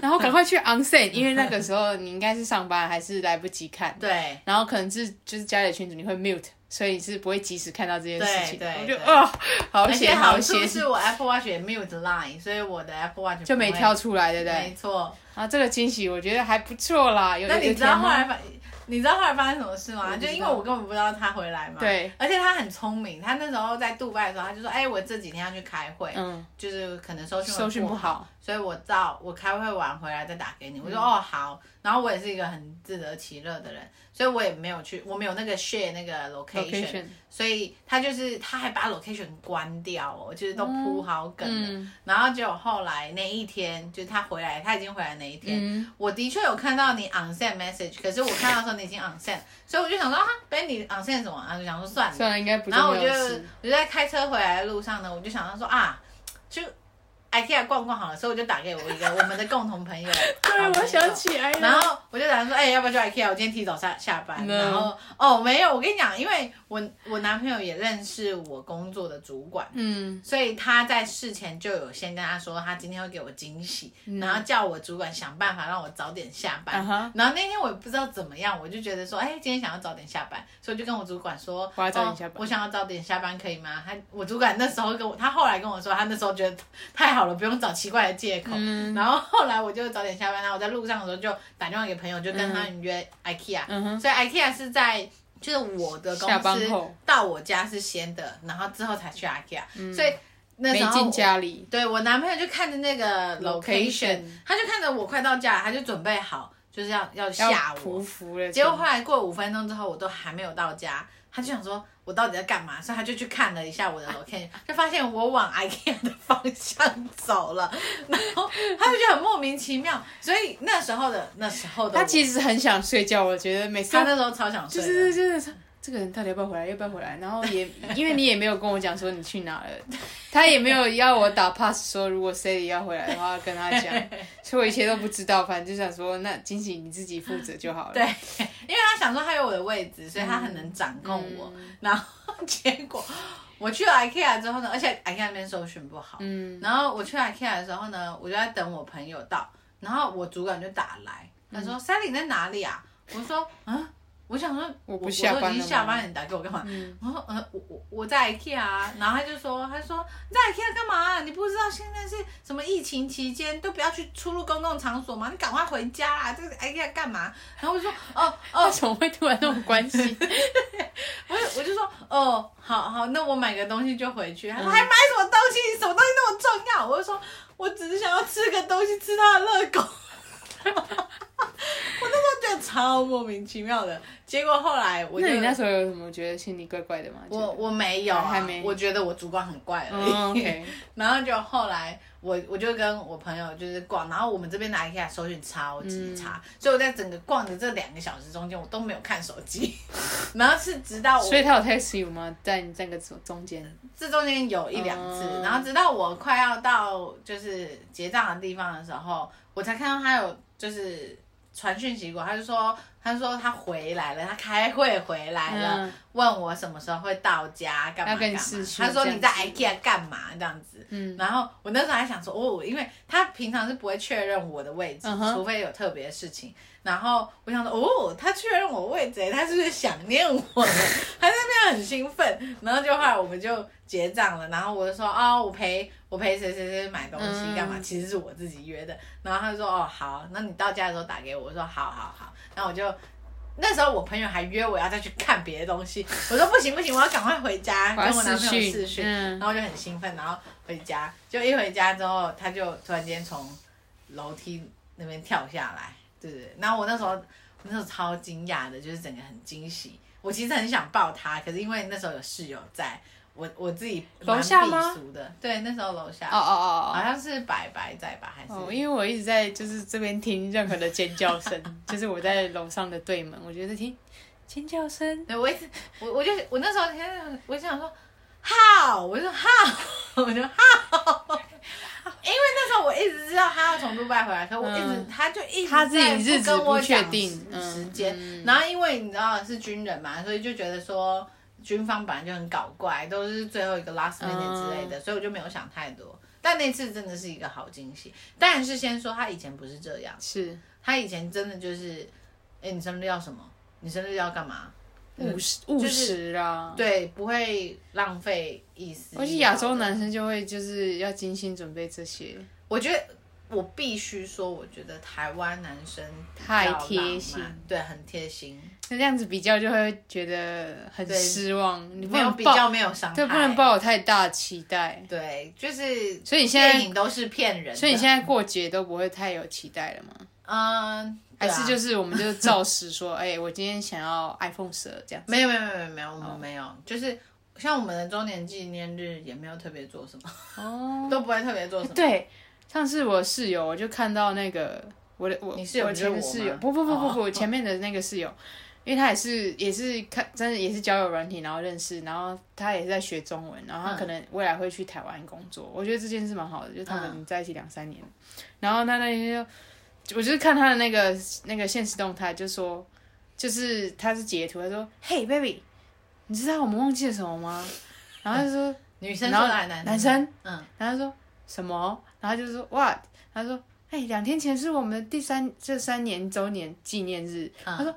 Speaker 3: 然后赶快去 on set，因为那个时候你应该是上班还是来不及看，
Speaker 1: 对，
Speaker 3: 然后可能是就是家里的群组你会 mute，所以你是不会及时看到这件事情的。
Speaker 1: 对
Speaker 3: 我
Speaker 1: 对
Speaker 3: 就哦，好
Speaker 1: 而且
Speaker 3: 险
Speaker 1: 好
Speaker 3: 好
Speaker 1: 处
Speaker 3: 险，
Speaker 1: 是我 Apple Watch 也 mute line，所以我的 Apple Watch
Speaker 3: 就没
Speaker 1: 不会
Speaker 3: 挑。出来，对不对？
Speaker 1: 没错。
Speaker 3: 啊，这个惊喜我觉得还不错啦。有
Speaker 1: 那你知道后？
Speaker 3: 有
Speaker 1: 来
Speaker 3: 甜吗
Speaker 1: 发，你知道后来发生什么事吗？
Speaker 3: 我不
Speaker 1: 就
Speaker 3: 知道
Speaker 1: 因为我根本不知道他回来嘛。
Speaker 3: 对。
Speaker 1: 而且他很聪明，他那时候在杜拜的时候，他就说：“哎、我这几天要去开会，
Speaker 3: 嗯，
Speaker 1: 就是可能收讯
Speaker 3: 收讯不
Speaker 1: 好。”
Speaker 3: 好，
Speaker 1: 所以我到我开会完回来再打给你。
Speaker 3: 嗯
Speaker 1: 我说、哦好，然后我也是一个很自得其乐的人，所以我也没有去，我没有那个 share 那个 location，,
Speaker 3: Location
Speaker 1: 所以他就是他还把 location 关掉哦，就是都铺好梗了。
Speaker 3: 嗯
Speaker 1: 然后结果后来那一天，就是他回来，他已经回来那一天，
Speaker 3: 嗯
Speaker 1: 我的确有看到你 on send message，可是我看到的时候你已经 on send，所以我就想说啊，Benny on send 什么啊？就想说算了，
Speaker 3: 算了，应该不是
Speaker 1: 然后我
Speaker 3: 没
Speaker 1: 就
Speaker 3: 有事。
Speaker 1: 我就在开车回来的路上呢，我就想到说啊，去 IKEA 逛逛好了，所以我就打给我一个我们的共同
Speaker 3: [laughs]
Speaker 1: 朋友。好朋友。
Speaker 3: 起来
Speaker 1: 然后我就打算说，哎、要不要去 IKEA？我今天提早下下班。
Speaker 3: No
Speaker 1: 然后哦，没有，我跟你讲，因为我我男朋友也认识我工作的主管，
Speaker 3: 嗯，
Speaker 1: 所以他在事前就有先跟他说，他今天会给我惊喜，
Speaker 3: 嗯
Speaker 1: 然后叫我主管想办法让我早点下班。
Speaker 3: 啊哈
Speaker 1: 然后那天我也不知道怎么样，我就觉得说，哎，今天想要早点下班，所以我就跟我主管说，
Speaker 3: 我要早点下班
Speaker 1: 哦我想要早点下班，可以吗？他我主管那时候跟我，他后来跟我说，他那时候觉得太好了，不用找奇怪的借
Speaker 3: 嗯
Speaker 1: 口。然后后来我就早点下班，然后我在路上的时候就打电话给朋友，就跟他们约 IKEA，、
Speaker 3: 嗯哼
Speaker 1: 所以 IKEA 是在。就是我的公
Speaker 3: 下班
Speaker 1: 司
Speaker 3: 后
Speaker 1: 到我家是先的，然后之后才去 IKEA，、所以那
Speaker 3: 嗯没
Speaker 1: 时候
Speaker 3: 进
Speaker 1: 我
Speaker 3: 家里，
Speaker 1: 对我男朋友就看着那个
Speaker 3: Location
Speaker 1: location，他就看着我快到家了，他就准备好就是要要吓
Speaker 3: 要匍
Speaker 1: 我。
Speaker 3: 匐了。
Speaker 1: 结果后来过五分钟之后，我都还没有到家，他就想说我到底在干嘛，所以他就去看了一下我的
Speaker 3: [laughs]
Speaker 1: location，就发现我往 IKEA 的方向走了，然后他就觉得很莫名其妙。所以那时候的那时候的我，
Speaker 3: 他其实很想睡觉，我觉得每次
Speaker 1: 他
Speaker 3: 都
Speaker 1: 那时候超想睡
Speaker 3: 就
Speaker 1: 的，
Speaker 3: 是就是这个人到底要不要回来，要不要回来？然后也 [laughs] 因为你也没有跟我讲说你去哪了， [laughs] 他也没有要我打 pass 说如果 Sally 要回来的话跟他 [laughs] 讲，所以我一切都不知道，反正就想说那惊喜你自己负责就好了。
Speaker 1: 对，
Speaker 3: 嗯
Speaker 1: 因为他想说他有我的位置，所以他很能掌控我。然后结果我我去了 IKEA 之后呢，而且 IKEA 那边搜寻不好，
Speaker 3: 嗯，
Speaker 1: 然后我去 IKEA 的时候呢，我就在等我朋友到，然后我主管就打来，他说：“三里、在哪里啊？”我说：“嗯。”我想说，
Speaker 3: 我不
Speaker 1: 我
Speaker 3: 下班
Speaker 1: 都已经
Speaker 3: 了吗
Speaker 1: 下班了，你打给我干嘛？我说，呃，我我我在 IKEA 啊，然后他就说，他说你在 IKEA 干嘛啊、你不知道现在是什么疫情期间，都不要去出入公共场所吗？你赶快回家啊啦！这个 IKEA 干嘛？然后我就说，哦哦
Speaker 3: [laughs] 为，什么会突然那种关 [laughs] 系？
Speaker 1: 我就我就说，哦，好好，那我买个东西就回去。
Speaker 3: 嗯
Speaker 1: 他说、还买什么东西？什么东西那么重要？我就说，我只是想要吃个东西，吃他的热狗。 [laughs] 我那时候觉得超莫名其妙的，结果后来我就
Speaker 3: 那你那时候有什么觉得心里怪怪的吗？
Speaker 1: 我我没有、啊，
Speaker 3: 还没
Speaker 1: 我觉得我主管很怪而已。
Speaker 3: 嗯，OK，
Speaker 1: [laughs]
Speaker 3: [laughs]
Speaker 1: 然后就后来我我就跟我朋友就是逛，然后我们这边的 IKEA 搜寻超
Speaker 3: 嗯
Speaker 1: 级差，所以我在整个逛的这两个小时中间，我都没有看手机。 [laughs] 然后是直啊到我
Speaker 3: 所以他有 text you 吗？在你这个中中间，
Speaker 1: 这中间有一两次，
Speaker 3: 嗯
Speaker 1: 然后直到我快要到就是结账的地方的时候，我才看到他有就是传讯息过，他就说他说他回来了，他开会回来了，
Speaker 3: 嗯
Speaker 1: 问我什么时候会到家，干嘛
Speaker 3: 要跟
Speaker 1: 干
Speaker 3: 你
Speaker 1: 嘛
Speaker 3: 视。讯
Speaker 1: 他说你在
Speaker 3: 这
Speaker 1: IKEA 干嘛这样子，
Speaker 3: 嗯
Speaker 1: 然后我那时候还想说哦，因为他平常是不会确认我的位置，
Speaker 3: 嗯哼
Speaker 1: 除非有特别的事情。然后我想说，哦，他确认我位置，他是不是想念我了？ [laughs] 他在那边很兴奋，然后就后来我们就结账了，然后我就说，哦，我陪我陪谁谁谁买东西
Speaker 3: 嗯
Speaker 1: 干嘛？其实是我自己约的。然后他就说，哦，好，那你到家的时候打给我。我说，好好好。然后我就那时候我朋友还约我要再去看别的东西，我说不行不行，我要赶快回家跟
Speaker 3: 要
Speaker 1: 我男朋友视
Speaker 3: 视
Speaker 1: 讯
Speaker 3: 讯，，
Speaker 1: 然
Speaker 3: 嗯，
Speaker 1: 后就很兴奋，然后回家，就一回家之后，他就突然间从楼梯那边跳下来，对对对。然后我那时候，我那时候超惊讶的，就是整个很惊喜。我其实很想抱他，可是因为那时候有室友在，我我自己蛮
Speaker 3: 楼下吗
Speaker 1: 避俗的，对，那时候楼下，
Speaker 3: 哦
Speaker 1: 好
Speaker 3: 哦哦
Speaker 1: 像是白白在吧，还是、
Speaker 3: 哦哦，因为我一直在就是这边听任何的尖叫声， [laughs] 就是我在楼上的对门，我觉得听尖叫声，
Speaker 1: 对，我一直我我就我那时候天，我就想说好，我就说好， [laughs] 我就好，因为那时候我一直知道他要从杜拜回来，可我一直、
Speaker 3: 嗯
Speaker 1: 他就一直
Speaker 3: 他自己
Speaker 1: 在
Speaker 3: 日
Speaker 1: 不
Speaker 3: 子
Speaker 1: 跟我
Speaker 3: 不确
Speaker 1: 讲
Speaker 3: 定
Speaker 1: 时
Speaker 3: 嗯
Speaker 1: 时间，
Speaker 3: 嗯
Speaker 1: 然后因为你知道是军人嘛，所以就觉得说军方本来就很搞怪，都是最后一个 last
Speaker 3: 嗯
Speaker 1: minute 之类的，所以我就没有想太多。但那次真的是一个好惊喜，但是先说他以前不是这样，
Speaker 3: 是
Speaker 1: 他以前真的就是，哎，你生日要什么？你生日要干嘛？
Speaker 3: 务实务实啊。
Speaker 1: 对，不会浪费意思。
Speaker 3: 而且亚洲，男生就会就是要精心准备这些，
Speaker 1: 我觉得我必须说，我觉得台湾男生
Speaker 3: 太
Speaker 1: 比较
Speaker 3: 贴
Speaker 1: 浪漫
Speaker 3: 心
Speaker 1: 对，很贴心，
Speaker 3: 那这样子比较就会觉得很
Speaker 1: 对
Speaker 3: 失望，你不
Speaker 1: 没有
Speaker 3: 能
Speaker 1: 比
Speaker 3: 抱
Speaker 1: 较，没有伤害，
Speaker 3: 对，不能抱有太大期待。
Speaker 1: 对，就是
Speaker 3: 所以你现在
Speaker 1: 电影都是骗人的，啊
Speaker 3: 所以你现在过节都不会太有期待了吗？
Speaker 1: 嗯，
Speaker 3: 还
Speaker 1: 对啊
Speaker 3: 是就是我们就照实说， [laughs] 哎、我今天想要 iPhone 十二这样子。哦
Speaker 1: 没有没有没有没有没有，我们没有，就是像我们的周年纪念日也没有特别做什么，
Speaker 3: 哦，
Speaker 1: 都不会特别做什么，
Speaker 3: 对，上次我室友我就看到那个我的我
Speaker 1: 你室友
Speaker 3: 我
Speaker 1: 就是
Speaker 3: 前
Speaker 1: 我
Speaker 3: 面
Speaker 1: 吗
Speaker 3: 室友，不不不不不，
Speaker 1: 哦
Speaker 3: 前面的那个室友，因为他也是也是看真的也是交友软体，然后认识，然后他也是在学中文，然后他可能未来会去台湾工作，我觉得这件事蛮好的，就是他们在一起两三年，然后他那天就我就是看他的那个那个现实动态，就说就是他是截图，他说嘿 baby，你知道我们忘记了什么吗？然后他就说。
Speaker 1: 女生
Speaker 3: 然
Speaker 1: 说
Speaker 3: 后
Speaker 1: 的还是男
Speaker 3: 男
Speaker 1: 生
Speaker 3: 生，
Speaker 1: 嗯，
Speaker 3: 然后他说什么？然后他就说 what？他说哎，两天前是我们第三这三年周年纪念日。
Speaker 1: 嗯
Speaker 3: 他说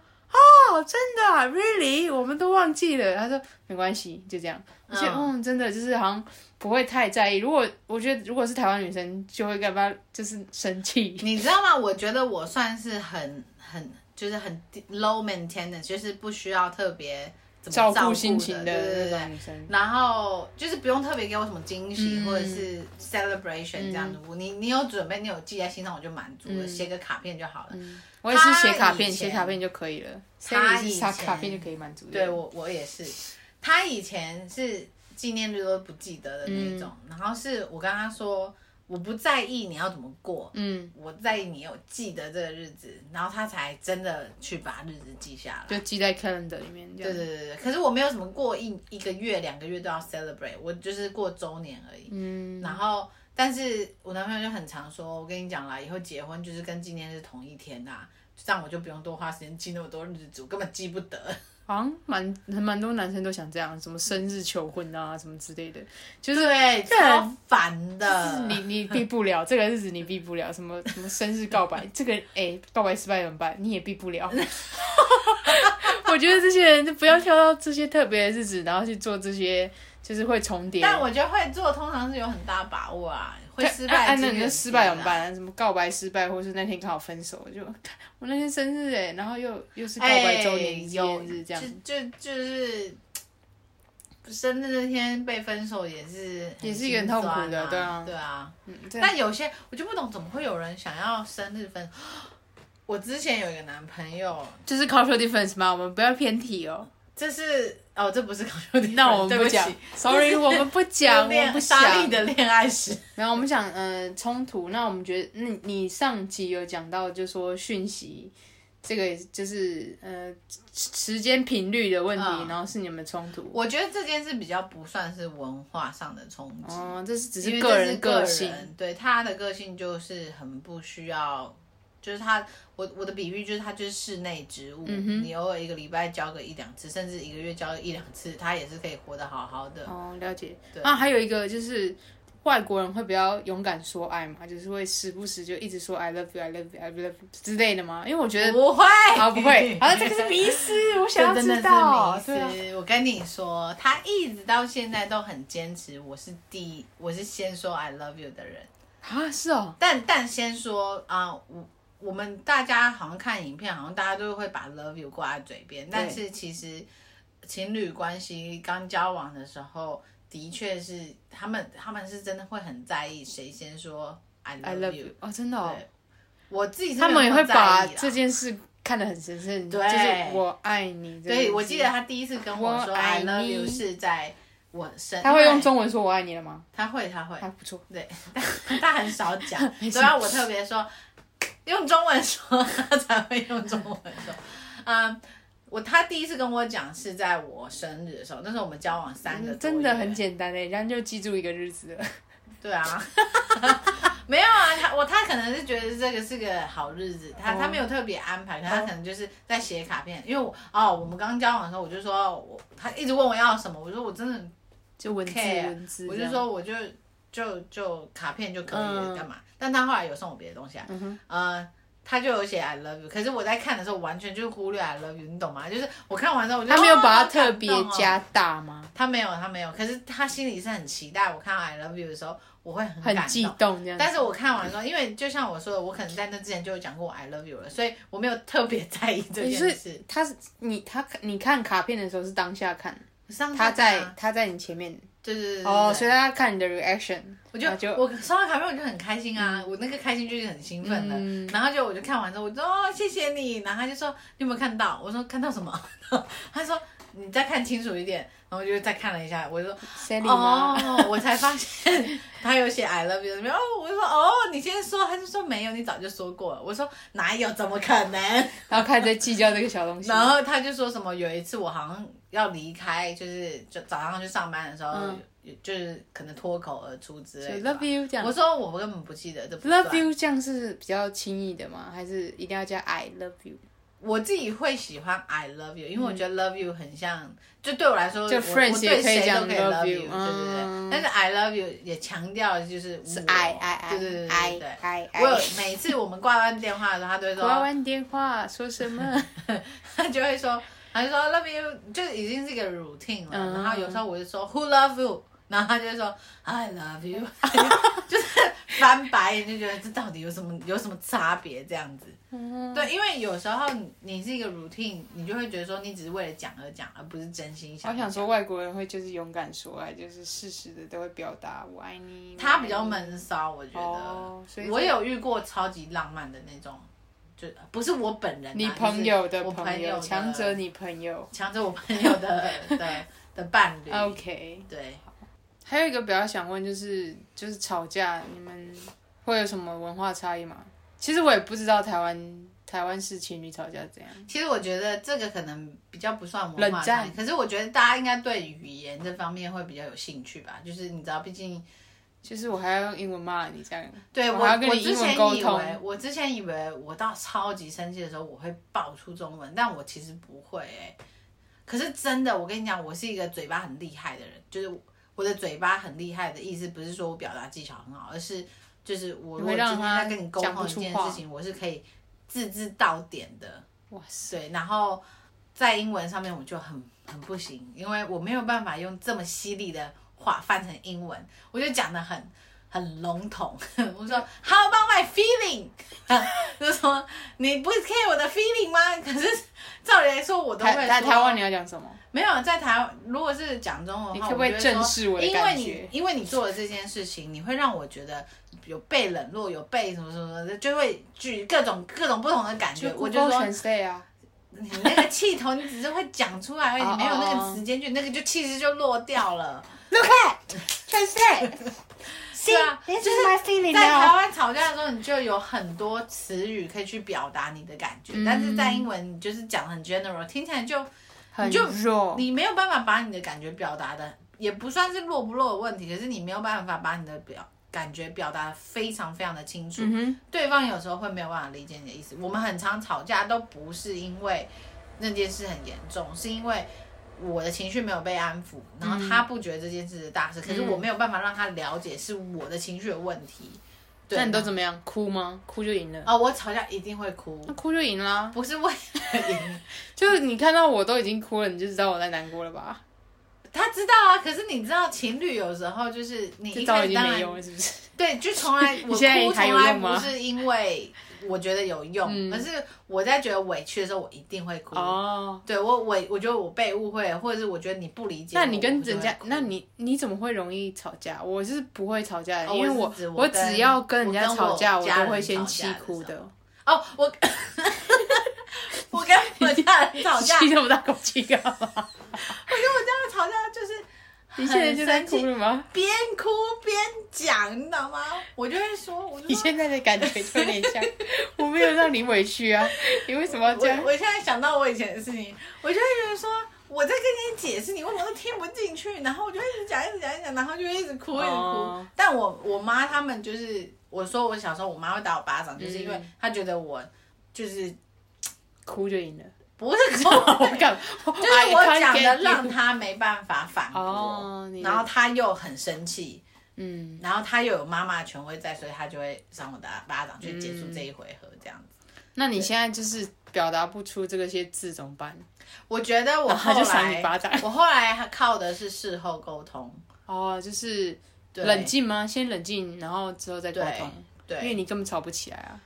Speaker 3: 哦，真的啊、really？我们都忘记了。他说没关系，就这样。而且嗯真的就是好像不会太在意。如果我觉得如果是台湾女生，就会干嘛就是生气。
Speaker 1: 你知道吗？我觉得我算是很很就是很低 low maintenance，就是不需要特别怎么
Speaker 3: 照
Speaker 1: 顾
Speaker 3: 顾心情
Speaker 1: 的，对
Speaker 3: 那
Speaker 1: 对
Speaker 3: 种
Speaker 1: 对。
Speaker 3: 女生，
Speaker 1: 然后就是不用特别给我什么惊喜、
Speaker 3: 嗯
Speaker 1: 或者是 celebration 这样子，你你有准备，你有记在心上，我就满足了，
Speaker 3: 嗯
Speaker 1: 写个卡片就好了。
Speaker 3: 我也是写卡
Speaker 1: 以
Speaker 3: 片，
Speaker 1: 前
Speaker 3: 写卡片就可以了。
Speaker 1: 他
Speaker 3: Sally 是
Speaker 1: 以
Speaker 3: 写
Speaker 1: 前
Speaker 3: 卡片就可以满足的。
Speaker 1: 对我我也是，他以前是纪念日都不记得的那种，然后是我跟他说我不在意你要怎么过，
Speaker 3: 嗯，
Speaker 1: 我在意你有记得这个日子，然后他才真的去把日子记下来。
Speaker 3: 就记在 calendar 里面。这
Speaker 1: 对
Speaker 3: 样
Speaker 1: 对对对，可是我没有什么过一一个月、两个月都要 celebrate，我就是过周年而已。
Speaker 3: 嗯，
Speaker 1: 然后，但是我男朋友就很常说，我跟你讲啦，以后结婚
Speaker 3: [laughs]
Speaker 1: 就是跟纪念日同一天呐、这样我就不用多花时间记那么多日子，我根本记不得。
Speaker 3: 好像蛮蛮多男生都想这样，什么生日求婚啊，什么之类的，就是哎
Speaker 1: 对，
Speaker 3: 这个
Speaker 1: 超烦的。
Speaker 3: 你你避不了这个日子，你避不了什么什么生日告白， [laughs] 这个哎、告白失败怎么办？你也避
Speaker 1: [laughs]
Speaker 3: 不了。我觉得这些人就不要挑到这些特别的日子，然后去做这些就是会重叠。
Speaker 1: 但我觉得会做通常是有很大把握啊，会
Speaker 3: 对
Speaker 1: 失
Speaker 3: 啊
Speaker 1: 败的
Speaker 3: 啊
Speaker 1: 几率
Speaker 3: 那
Speaker 1: 很低啦。
Speaker 3: 你就失败怎么办？什么告白失败，或是那天刚好分手，就我那天生日哎、然后又又是告白周年纪
Speaker 1: 哎有
Speaker 3: 念日这样，
Speaker 1: 就就就是生日那天被分手也是
Speaker 3: 也是一个很痛苦的
Speaker 1: 心酸
Speaker 3: 对啊
Speaker 1: 对啊。
Speaker 3: 嗯，这
Speaker 1: 但有些我就不懂，怎么会有人想要生日分？我之前有一个男朋友，
Speaker 3: 就是 cultural difference 嘛，我们不要偏题哦。
Speaker 1: 这是哦，这不是搞 [laughs] 笑点，
Speaker 3: 那我们
Speaker 1: [laughs] 对
Speaker 3: 不
Speaker 1: 起
Speaker 3: 讲，sorry，我 [laughs] 们不讲，我
Speaker 1: 恋
Speaker 3: 们不想。
Speaker 1: 莎
Speaker 3: [laughs]
Speaker 1: 莉的恋爱史， [laughs]
Speaker 3: 然后我们讲，呃，冲突。那我们觉得，那你你上集有讲到，就说讯息这个就是呃时时间频率的问题，
Speaker 1: 嗯
Speaker 3: 然后是你们冲突。
Speaker 1: 我觉得这件事比较不算是文化上的冲击。
Speaker 3: 哦，这是只
Speaker 1: 因
Speaker 3: 是
Speaker 1: 为
Speaker 3: 个
Speaker 1: 这
Speaker 3: 人
Speaker 1: 是个
Speaker 3: 性。
Speaker 1: 人对他的个性就是很不需要，就是他我我的比喻就是他就是室内植物，你偶尔一个礼拜浇个一两次，甚至一个月浇个一两次，他也是可以活得好好的。
Speaker 3: 哦，了解。啊，还有一个就是外国人会比较勇敢说爱嘛，就是会时不时就一直说 I love you, I love you, I love you 之类的嘛。因为我觉得
Speaker 1: 不会，
Speaker 3: [laughs] 啊，不会，啊，这个是迷思，我想要
Speaker 1: 这真
Speaker 3: 知
Speaker 1: 的
Speaker 3: 道，
Speaker 1: 是
Speaker 3: 对啊
Speaker 1: 迷思。我跟你说，他一直到现在都很坚持，我是第一，我是先说 I love you 的人。
Speaker 3: 啊，是哦，
Speaker 1: 但但先说啊，我我们大家好像看影片，好像大家都会把 love you 挂在嘴边，但是其实情侣关系刚交往的时候，的确是他们他们是真的会很在意谁先说 I
Speaker 3: I
Speaker 1: love
Speaker 3: love
Speaker 1: you。
Speaker 3: you，哦，真的哦。
Speaker 1: 对，我自己是
Speaker 3: 他们也会
Speaker 1: 没有那
Speaker 3: 把
Speaker 1: 么在意啦
Speaker 3: 这件事看得很神圣，就
Speaker 1: 对
Speaker 3: 是我爱你。这件
Speaker 1: 对
Speaker 3: 事
Speaker 1: 我记得，他第一次跟我说
Speaker 3: 我
Speaker 1: I
Speaker 3: 爱
Speaker 1: love
Speaker 3: 你
Speaker 1: you 是在我生，
Speaker 3: 他会用
Speaker 1: 中，
Speaker 3: 中文说“我爱你”了吗？
Speaker 1: 他会他会
Speaker 3: 还不错，
Speaker 1: 对，但 [laughs] 他很少讲，
Speaker 3: [laughs] 没事
Speaker 1: 所以我特别说用中文说，他才会用中文说。 [laughs] 嗯，我他第一次跟我讲是在我生日的时候，那时候我们交往三个多月，
Speaker 3: 嗯真的很简单诶，人家就记住一个日子了。
Speaker 1: 对啊。 [laughs] 没有啊，他我他可能是觉得这个是个好日子，他、
Speaker 3: 哦
Speaker 1: 他没有特别安排，可他可能就是在写卡片，因为我哦，我们刚交往的时候，我就说我他一直问我要什么，我说我真的
Speaker 3: 就文字
Speaker 1: care，
Speaker 3: 文字，
Speaker 1: 我就，说我就就就卡片就可以了，
Speaker 3: 嗯
Speaker 1: 干嘛？但他后来有送我别的东西啊，呃，他就有写 I love you，可是我在看的时候完全就忽略 I love you，你懂吗？就是我看完之后，我就
Speaker 3: 他没有
Speaker 1: 哦
Speaker 3: 把它
Speaker 1: 好感
Speaker 3: 特别
Speaker 1: 动哦
Speaker 3: 加大吗？
Speaker 1: 他没有，他没有，可是他心里是很期待我看到 I love you 的时候，我会哦很
Speaker 3: 很
Speaker 1: 感
Speaker 3: 激
Speaker 1: 动。
Speaker 3: 动这样子，
Speaker 1: 但是我看完之后，因为就像我说的，我可能在那之前就有讲过我 I love you 了，所以我没有特别 [laughs] 在意这
Speaker 3: 你
Speaker 1: 件
Speaker 3: 是
Speaker 1: 事。
Speaker 3: 他是你他你看卡片的时候是当下看，
Speaker 1: 上次
Speaker 3: 他在
Speaker 1: 啊
Speaker 3: 他在你前面
Speaker 1: 对对对对
Speaker 3: 哦，
Speaker 1: 对
Speaker 3: 所以他看你的 reaction，
Speaker 1: 我就
Speaker 3: 那就
Speaker 1: 我收到卡片我就很开心啊，我那个开心就是很兴奋的。然后就我就看完之后，我就说哦谢谢你，然后他就说你有没有看到？我说看到什么？ [laughs] 他说你再看清楚一点，然后我就再看了一下，我就说
Speaker 3: Sally 吗？
Speaker 1: 哦，我才发现他有写 I love you 里面哦，我就说哦你先说，他就说没有，你早就说过了。我说哪有，怎么可能？
Speaker 3: 然后开始在计较这个小东西，
Speaker 1: 然后他就说什么有一次我好像要离开，就是就早上去上班的时候，
Speaker 3: 嗯
Speaker 1: 有就是可能脱口而出之
Speaker 3: 所
Speaker 1: 类的
Speaker 3: 以
Speaker 1: 吧。
Speaker 3: love you 这样
Speaker 1: 我。说我根本不记得这不
Speaker 3: Love
Speaker 1: 算
Speaker 3: you 这样是比较轻易的吗？还是一定要加 I love you？
Speaker 1: 我自己会喜欢 I love you，因为我觉得 love you 很像，就对我来说，
Speaker 3: 嗯就
Speaker 1: 我
Speaker 3: friends
Speaker 1: 我
Speaker 3: 也
Speaker 1: 对
Speaker 3: 可以
Speaker 1: 谁
Speaker 3: 讲
Speaker 1: 都可以
Speaker 3: love
Speaker 1: love
Speaker 3: you，
Speaker 1: you，对对
Speaker 3: 嗯
Speaker 1: 对。但是 I love you 也强调的就是是
Speaker 3: 爱爱爱，
Speaker 1: 对对对
Speaker 3: 爱
Speaker 1: 对对。
Speaker 3: 爱爱。
Speaker 1: 我有每次我们挂完电话的时候，他都会
Speaker 3: 挂
Speaker 1: 说，
Speaker 3: 完电话说什么？ [laughs]
Speaker 1: 他 [laughs] 就会说，他就说 love you，就已经是一个 routine 了。
Speaker 3: 嗯
Speaker 1: 然后有时候我就说 who love you，然后他就会说 I love you，就是翻白眼就觉得这到底有什么有什么差别这样子。
Speaker 3: 嗯
Speaker 1: 对，因为有时候你你是一个 routine，你就会觉得说你只是为了讲而讲，而不是真心想。
Speaker 3: 我想，说，外国人会就是勇敢说爱，就是适时的都会表达我爱你。
Speaker 1: 他比较
Speaker 3: 我爱
Speaker 1: 闷骚，我觉
Speaker 3: 你。
Speaker 1: 得。
Speaker 3: 哦，所以
Speaker 1: 我有遇过超级浪漫的那种，就不是我本人、啊，
Speaker 3: 你
Speaker 1: 就是
Speaker 3: 朋友的
Speaker 1: 我
Speaker 3: 朋
Speaker 1: 友的
Speaker 3: 强者你朋友。
Speaker 1: 强者我朋友的 [laughs] 的的伴侣。
Speaker 3: OK，
Speaker 1: 对，
Speaker 3: 还有一个比较想问就是，就是吵架你们会有什么文化差异吗？其实我也不知道台湾台湾式情侣吵架怎样。
Speaker 1: 其实我觉得这个可能比较不算文化
Speaker 3: 冷战
Speaker 1: 差异，可是我觉得大家应该对语言这方面会比较有兴趣吧。就是你知道，毕竟
Speaker 3: 就是我还要用英文骂你这样，
Speaker 1: 对
Speaker 3: 嗯我
Speaker 1: 我，
Speaker 3: 还要跟
Speaker 1: 我
Speaker 3: 你
Speaker 1: 之
Speaker 3: 英文
Speaker 1: 前
Speaker 3: 沟
Speaker 1: 以
Speaker 3: 通
Speaker 1: 为，我之前以为我到超级生气的时候，我会爆出中文，但我其实不会、欸。可是真的，我跟你讲，我是一个嘴巴很厉害的人，就是我的嘴巴很厉害的意思，不是说我表达技巧很好，而是就是我如果今
Speaker 3: 你会让
Speaker 1: 天
Speaker 3: 他
Speaker 1: 在跟你沟
Speaker 3: 讲不
Speaker 1: 通一
Speaker 3: 出
Speaker 1: 件
Speaker 3: 话
Speaker 1: 事情，我是可以字字到点的。
Speaker 3: 哇塞，
Speaker 1: 对，然后在英文上面我就很很不行，因为我没有办法用这么犀利的话翻成英文，我就讲的很很笼统。 [laughs] 我说 How about my feeling？就说你不 care 我的 feeling 吗？可是照理来说，我都会
Speaker 3: 台
Speaker 1: 说
Speaker 3: 台台湾你要讲什么？
Speaker 1: 没有在台湾，如果是讲中文的话，
Speaker 3: 你可不可以
Speaker 1: 我就会说
Speaker 3: 正视我的
Speaker 1: 因为
Speaker 3: 感
Speaker 1: 你
Speaker 3: 觉
Speaker 1: 因为你做了这件事情，你会让我觉得有被冷落，有被什么什么的，就会举各种各种不同的感觉。我就
Speaker 3: Google
Speaker 1: 说
Speaker 3: Translate 啊，
Speaker 1: 你那个气头，你只是会讲出来而已，
Speaker 3: 哦
Speaker 1: 你没有那
Speaker 3: 哦
Speaker 1: 个
Speaker 3: 哦
Speaker 1: 时间去，那个就气势就落掉了。
Speaker 3: [laughs]
Speaker 2: Translate. See,
Speaker 1: Yeah,
Speaker 2: this is my feeling
Speaker 1: 啊在台
Speaker 2: now.
Speaker 1: 湾吵架的时候，你就有很多词语可以去表达你的感觉，
Speaker 3: 嗯
Speaker 1: 但是在英文你就是讲得很 general，听起来就
Speaker 3: 很
Speaker 1: 你就
Speaker 3: 弱，
Speaker 1: 你没有办法把你的感觉表达的，也不算是弱不弱的问题，可是你没有办法把你的表感觉表达得非常非常的清楚。
Speaker 3: 嗯哼，
Speaker 1: 对方有时候会没有办法理解你的意思。我们很常吵架，都不是因为那件事很严重，是因为我的情绪没有被安抚，然后他不觉得这件事是大
Speaker 3: 嗯
Speaker 1: 事，可是我没有办法让他了解是我的情绪有问题。对
Speaker 3: 那你都怎么样？哭吗？哭就赢了，
Speaker 1: 哦，我吵架一定会哭，
Speaker 3: 那哭就赢啦。
Speaker 1: 不是为了赢。
Speaker 3: 就是你看到我都已经哭了，你就知道我在难过了吧？
Speaker 1: 他知道啊，可是你知道，情侣有时候就是你
Speaker 3: 这
Speaker 1: 一
Speaker 3: 招
Speaker 1: 开始
Speaker 3: 已经
Speaker 1: 当
Speaker 3: 没
Speaker 1: 然
Speaker 3: 用了，是不是？
Speaker 1: 对，就从来我
Speaker 3: 你
Speaker 1: 哭
Speaker 3: 现在
Speaker 1: 从
Speaker 3: 还有
Speaker 1: 来
Speaker 3: 用吗
Speaker 1: 不是因为我觉得有用，
Speaker 3: 嗯
Speaker 1: 而是我在觉得委屈的时候，我一定会哭。
Speaker 3: 哦，
Speaker 1: 对我我我觉得我被误会，或者是我觉得你不理解我。
Speaker 3: 那你跟
Speaker 1: 我就会
Speaker 3: 人家，
Speaker 1: 哭
Speaker 3: 那你你怎么会容易吵架？我是不会吵架的，
Speaker 1: 哦
Speaker 3: 因为
Speaker 1: 我
Speaker 3: 我
Speaker 1: 是指我
Speaker 3: 我
Speaker 1: 跟
Speaker 3: 只要跟人家
Speaker 1: 我跟
Speaker 3: 吵
Speaker 1: 我
Speaker 3: 架，我
Speaker 1: 家
Speaker 3: 都会
Speaker 1: 人
Speaker 3: 先
Speaker 1: 吵
Speaker 3: 气
Speaker 1: 架的
Speaker 3: 哭
Speaker 1: 时
Speaker 3: 的。
Speaker 1: 哦，我我
Speaker 3: [laughs]
Speaker 1: 跟我家人吵架，我
Speaker 3: 吸
Speaker 1: 跟
Speaker 3: 那么大口 [laughs] 气干
Speaker 1: [laughs]
Speaker 3: 嘛？
Speaker 1: 我家人吵架就是
Speaker 3: 你现在就在哭了吗？
Speaker 1: 边哭边讲，你知道吗？我就会说，
Speaker 3: [laughs]
Speaker 1: 我就
Speaker 3: 你
Speaker 1: 说。
Speaker 3: 现在的感觉就有点像， [laughs] 我没有让你委屈啊，你为什么要这样
Speaker 1: 我？我现在想到我以前的事情，我就会觉得说我在跟你解释，你为什么都听不进去，然后我就一直讲，一直讲，一直讲，然后就一直哭，一直哭。
Speaker 3: 哦
Speaker 1: 但我我妈他们就是，我说我小时候我妈会打我巴掌，就是因为
Speaker 3: 嗯
Speaker 1: 她觉得我就是
Speaker 3: 哭就赢了。
Speaker 1: 不是
Speaker 3: [laughs]
Speaker 1: 哭
Speaker 3: 我干嘛？
Speaker 1: 就是我讲
Speaker 3: I
Speaker 1: 的
Speaker 3: can't get
Speaker 1: 让
Speaker 3: you
Speaker 1: 他没办法反驳，
Speaker 3: 哦你的
Speaker 1: 然后他又很生气，
Speaker 3: 嗯，
Speaker 1: 然后他又有妈妈权威在，所以他就会扇我打巴掌去结束这一回合这样子。
Speaker 3: 那你现在就是表达不出这个些字怎么办？
Speaker 1: 我觉得我
Speaker 3: 嗯然后
Speaker 1: 后
Speaker 3: 他就扇你巴掌
Speaker 1: [laughs] 来，我后来还靠的是事后沟通，
Speaker 3: 哦，就是
Speaker 1: 对
Speaker 3: 冷，静吗？先冷静，然后之后再沟
Speaker 1: 对
Speaker 3: 通，因为
Speaker 1: 对，
Speaker 3: 你根本吵不起来啊。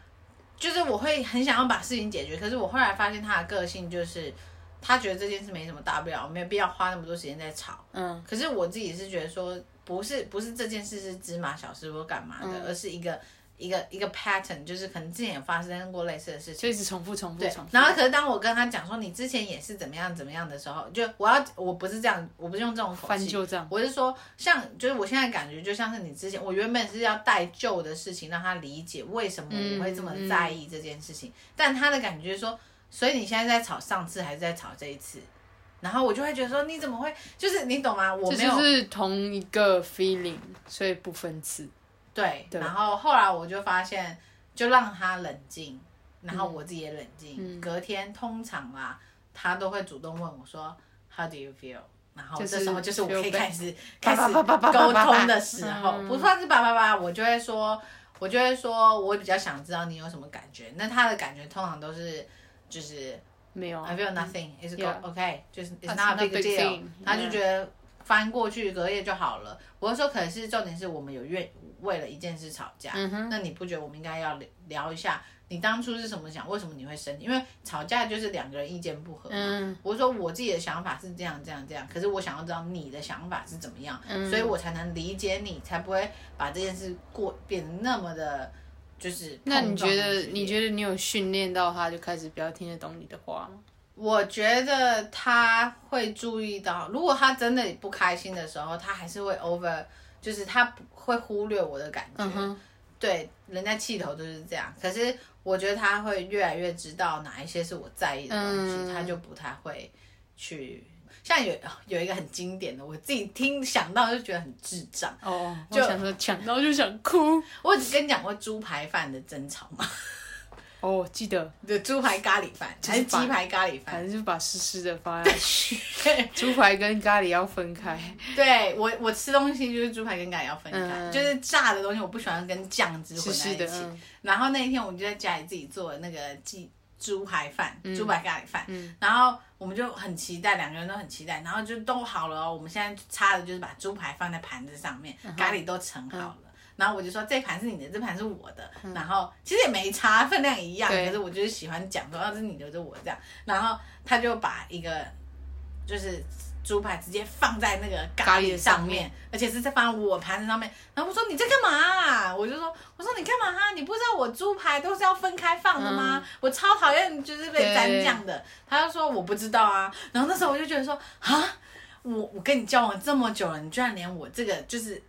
Speaker 1: 就是我会很想要把事情解决，可是我后来发现他的个性就是，他觉得这件事没什么大不了，没有必要花那么多时间在吵。
Speaker 3: 嗯，
Speaker 1: 可是我自己是觉得说，不是不是这件事是芝麻小事或干嘛的，
Speaker 3: 嗯
Speaker 1: 而是一个一个一个 pattern，就是可能之前也发生过类似的事情。
Speaker 3: 嗯就一直重复、重复、
Speaker 1: 对
Speaker 3: 重，复。
Speaker 1: 然后可是当我跟他讲说你之前也是怎么样怎么样的时候，就我要我不是这样，我不是用这种口
Speaker 3: 翻
Speaker 1: 气，
Speaker 3: 旧账，
Speaker 1: 我是说像就是我现在感觉就像是你之前，我原本是要带旧的事情让他理解为什么我会这么在意这件事情，
Speaker 3: 嗯
Speaker 1: 但他的感觉就是说，所以你现在在吵上次还是在吵这一次？然后我就会觉得说你怎么会就是你懂吗？我
Speaker 3: 这
Speaker 1: 没有
Speaker 3: 就是同一个 feeling，所以不分次。
Speaker 1: 对，
Speaker 3: 对
Speaker 1: 然后后来我就发现，就让他冷静，然后我自己也冷静。
Speaker 3: 嗯
Speaker 1: 隔天通常啦，他都会主动问我说，How do you feel？然后
Speaker 3: 就是
Speaker 1: 这时候就是我
Speaker 3: feel
Speaker 1: 可以
Speaker 3: bad
Speaker 1: 开
Speaker 3: [laughs]
Speaker 1: 始开始
Speaker 3: 叭叭叭叭叭
Speaker 1: 沟
Speaker 3: 叭
Speaker 1: 通的时候，
Speaker 3: 嗯
Speaker 1: 不算是叭叭叭，我就会说，我就会说，我比较想知道你有什么感觉。那他的感觉通常都是就是
Speaker 3: 没有啊
Speaker 1: I，feel nothing. It's go-
Speaker 3: Yeah.
Speaker 1: okay. 就是 it's
Speaker 3: That's
Speaker 1: not
Speaker 3: not
Speaker 1: a big
Speaker 3: big
Speaker 1: deal.
Speaker 3: thing.
Speaker 1: 他就
Speaker 3: Yeah.
Speaker 1: 觉得翻过去隔夜就好了。我就说，可是重点是我们有愿为了一件事吵架。
Speaker 3: 嗯哼
Speaker 1: 那你不觉得我们应该要聊聊一下，你当初是什么想？为什么你会生气？因为吵架就是两个人意见不合嘛。
Speaker 3: 嗯
Speaker 1: 我说我自己的想法是这样这样这样，可是我想要知道你的想法是怎么样，
Speaker 3: 嗯
Speaker 1: 所以我才能理解你，才不会把这件事过变得那么的，就是
Speaker 3: 那你
Speaker 1: 碰撞
Speaker 3: 觉
Speaker 1: 很剧
Speaker 3: 得
Speaker 1: 烈
Speaker 3: 你觉得你有训练到他就开始比较听得懂你的话吗？
Speaker 1: 我觉得他会注意到，如果他真的不开心的时候，他还是会 over，就是他不会忽略我的感觉。
Speaker 3: 嗯哼，
Speaker 1: 对，人家气头就是这样。可是我觉得他会越来越知道哪一些是我在意的东西，
Speaker 3: 嗯
Speaker 1: 他就不太会去。像有有一个很经典的，我自己听想到就觉得很智障。
Speaker 3: 哦，我
Speaker 1: 就
Speaker 3: 想说想到就想哭，
Speaker 1: 我只跟你讲过猪排饭的争吵嘛，
Speaker 3: 哦，记得，
Speaker 1: 的猪排咖喱饭还是鸡排咖喱
Speaker 3: 反
Speaker 1: 饭？
Speaker 3: 正就把湿湿的放下去， [laughs] 猪排跟咖喱要分开。
Speaker 1: 哎对我我吃东西就是猪排跟咖喱要分开，
Speaker 3: 嗯
Speaker 1: 就是炸的东西我不喜欢跟酱汁混
Speaker 3: 湿
Speaker 1: 在
Speaker 3: 湿
Speaker 1: 一起。
Speaker 3: 的，嗯
Speaker 1: 然后那一天我们就在家里自己做那个鸡猪排饭、猪排咖喱饭，
Speaker 3: 嗯
Speaker 1: 然后我们就很期待，两个人都很期待，然后就都好了、哦。我们现在差的就是把猪排放在盘子上面，
Speaker 3: 嗯
Speaker 1: 咖喱都盛好了。然后我就说这盘是你的，这盘是我的。然后其实也没差，分量一样。
Speaker 3: 嗯对
Speaker 1: 可是我就是喜欢讲说，哦，这是你的，这是我的这样。然后他就把一个就是猪排直接放在那个咖喱上
Speaker 3: 咖喱上
Speaker 1: 面
Speaker 3: 面，
Speaker 1: 而且是在放我盘子上面。然后我说你在干嘛、啊？我就说我说你干嘛啊？你不知道我猪排都是要分开放的
Speaker 3: 嗯
Speaker 1: 吗？我超讨厌就是被沾酱的。他就说我不知道啊。然后那时候我就觉得说啊，我我跟你交往这么久了，你居然连我这个就是。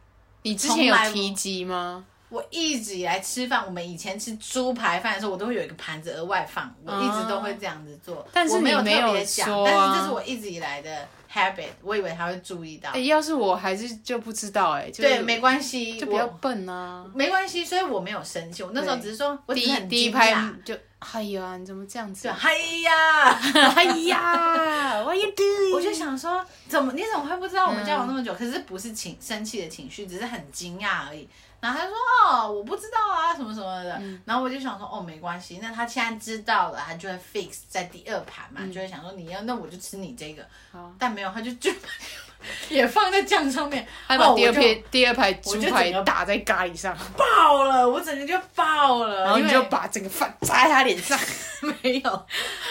Speaker 3: 你之前有提及吗？
Speaker 1: 我一直以来吃饭，我们以前吃猪排饭的时候，我都会有一个盘子额外放，我一直都会这样子做。
Speaker 3: 但是
Speaker 1: 我
Speaker 3: 你
Speaker 1: 没有
Speaker 3: 没有
Speaker 1: 特别想，
Speaker 3: 说啊
Speaker 1: 但是这是我一直以来的 habit，我以为他会注意到。
Speaker 3: 哎、要是我还是就不知道哎、就是
Speaker 1: 对，没关系，
Speaker 3: 就比较
Speaker 1: 我
Speaker 3: 笨啊。
Speaker 1: 没关系，所以我没有生气。我那时候
Speaker 3: 对
Speaker 1: 只是说，我
Speaker 3: 第
Speaker 1: 只是
Speaker 3: 一
Speaker 1: 很
Speaker 3: 第一
Speaker 1: 惊
Speaker 3: 拍
Speaker 1: 讶，
Speaker 3: 就哎呀，你怎么这样子
Speaker 1: 对，
Speaker 3: 啊？
Speaker 1: 嗨呀，
Speaker 3: [laughs] 哎 [laughs] 呀，What you doing？
Speaker 1: 我就想说，怎么你怎么会不知道我们
Speaker 3: 嗯
Speaker 1: 交往那么久？可是不是情生气的情绪，只是很惊讶而已。然后他就说哦，我不知道啊，什么什么的。
Speaker 3: 嗯
Speaker 1: 然后我就想说哦，没关系，那他现在知道了，他就会 fix 在第二盘嘛，就会想说你要那我就吃你这个，
Speaker 3: 嗯好
Speaker 1: 但没有，他就就也放在酱上面，
Speaker 3: 还把
Speaker 1: 哦
Speaker 3: 第二
Speaker 1: 我就
Speaker 3: 片第二排
Speaker 1: 我
Speaker 3: 猪
Speaker 1: 就
Speaker 3: 排
Speaker 1: 整个
Speaker 3: 打在咖喱上，
Speaker 1: 爆了，我整个就爆了，
Speaker 3: 然后
Speaker 1: 因
Speaker 3: 你
Speaker 1: 为
Speaker 3: 就把整个饭砸在他脸上，
Speaker 1: 没有，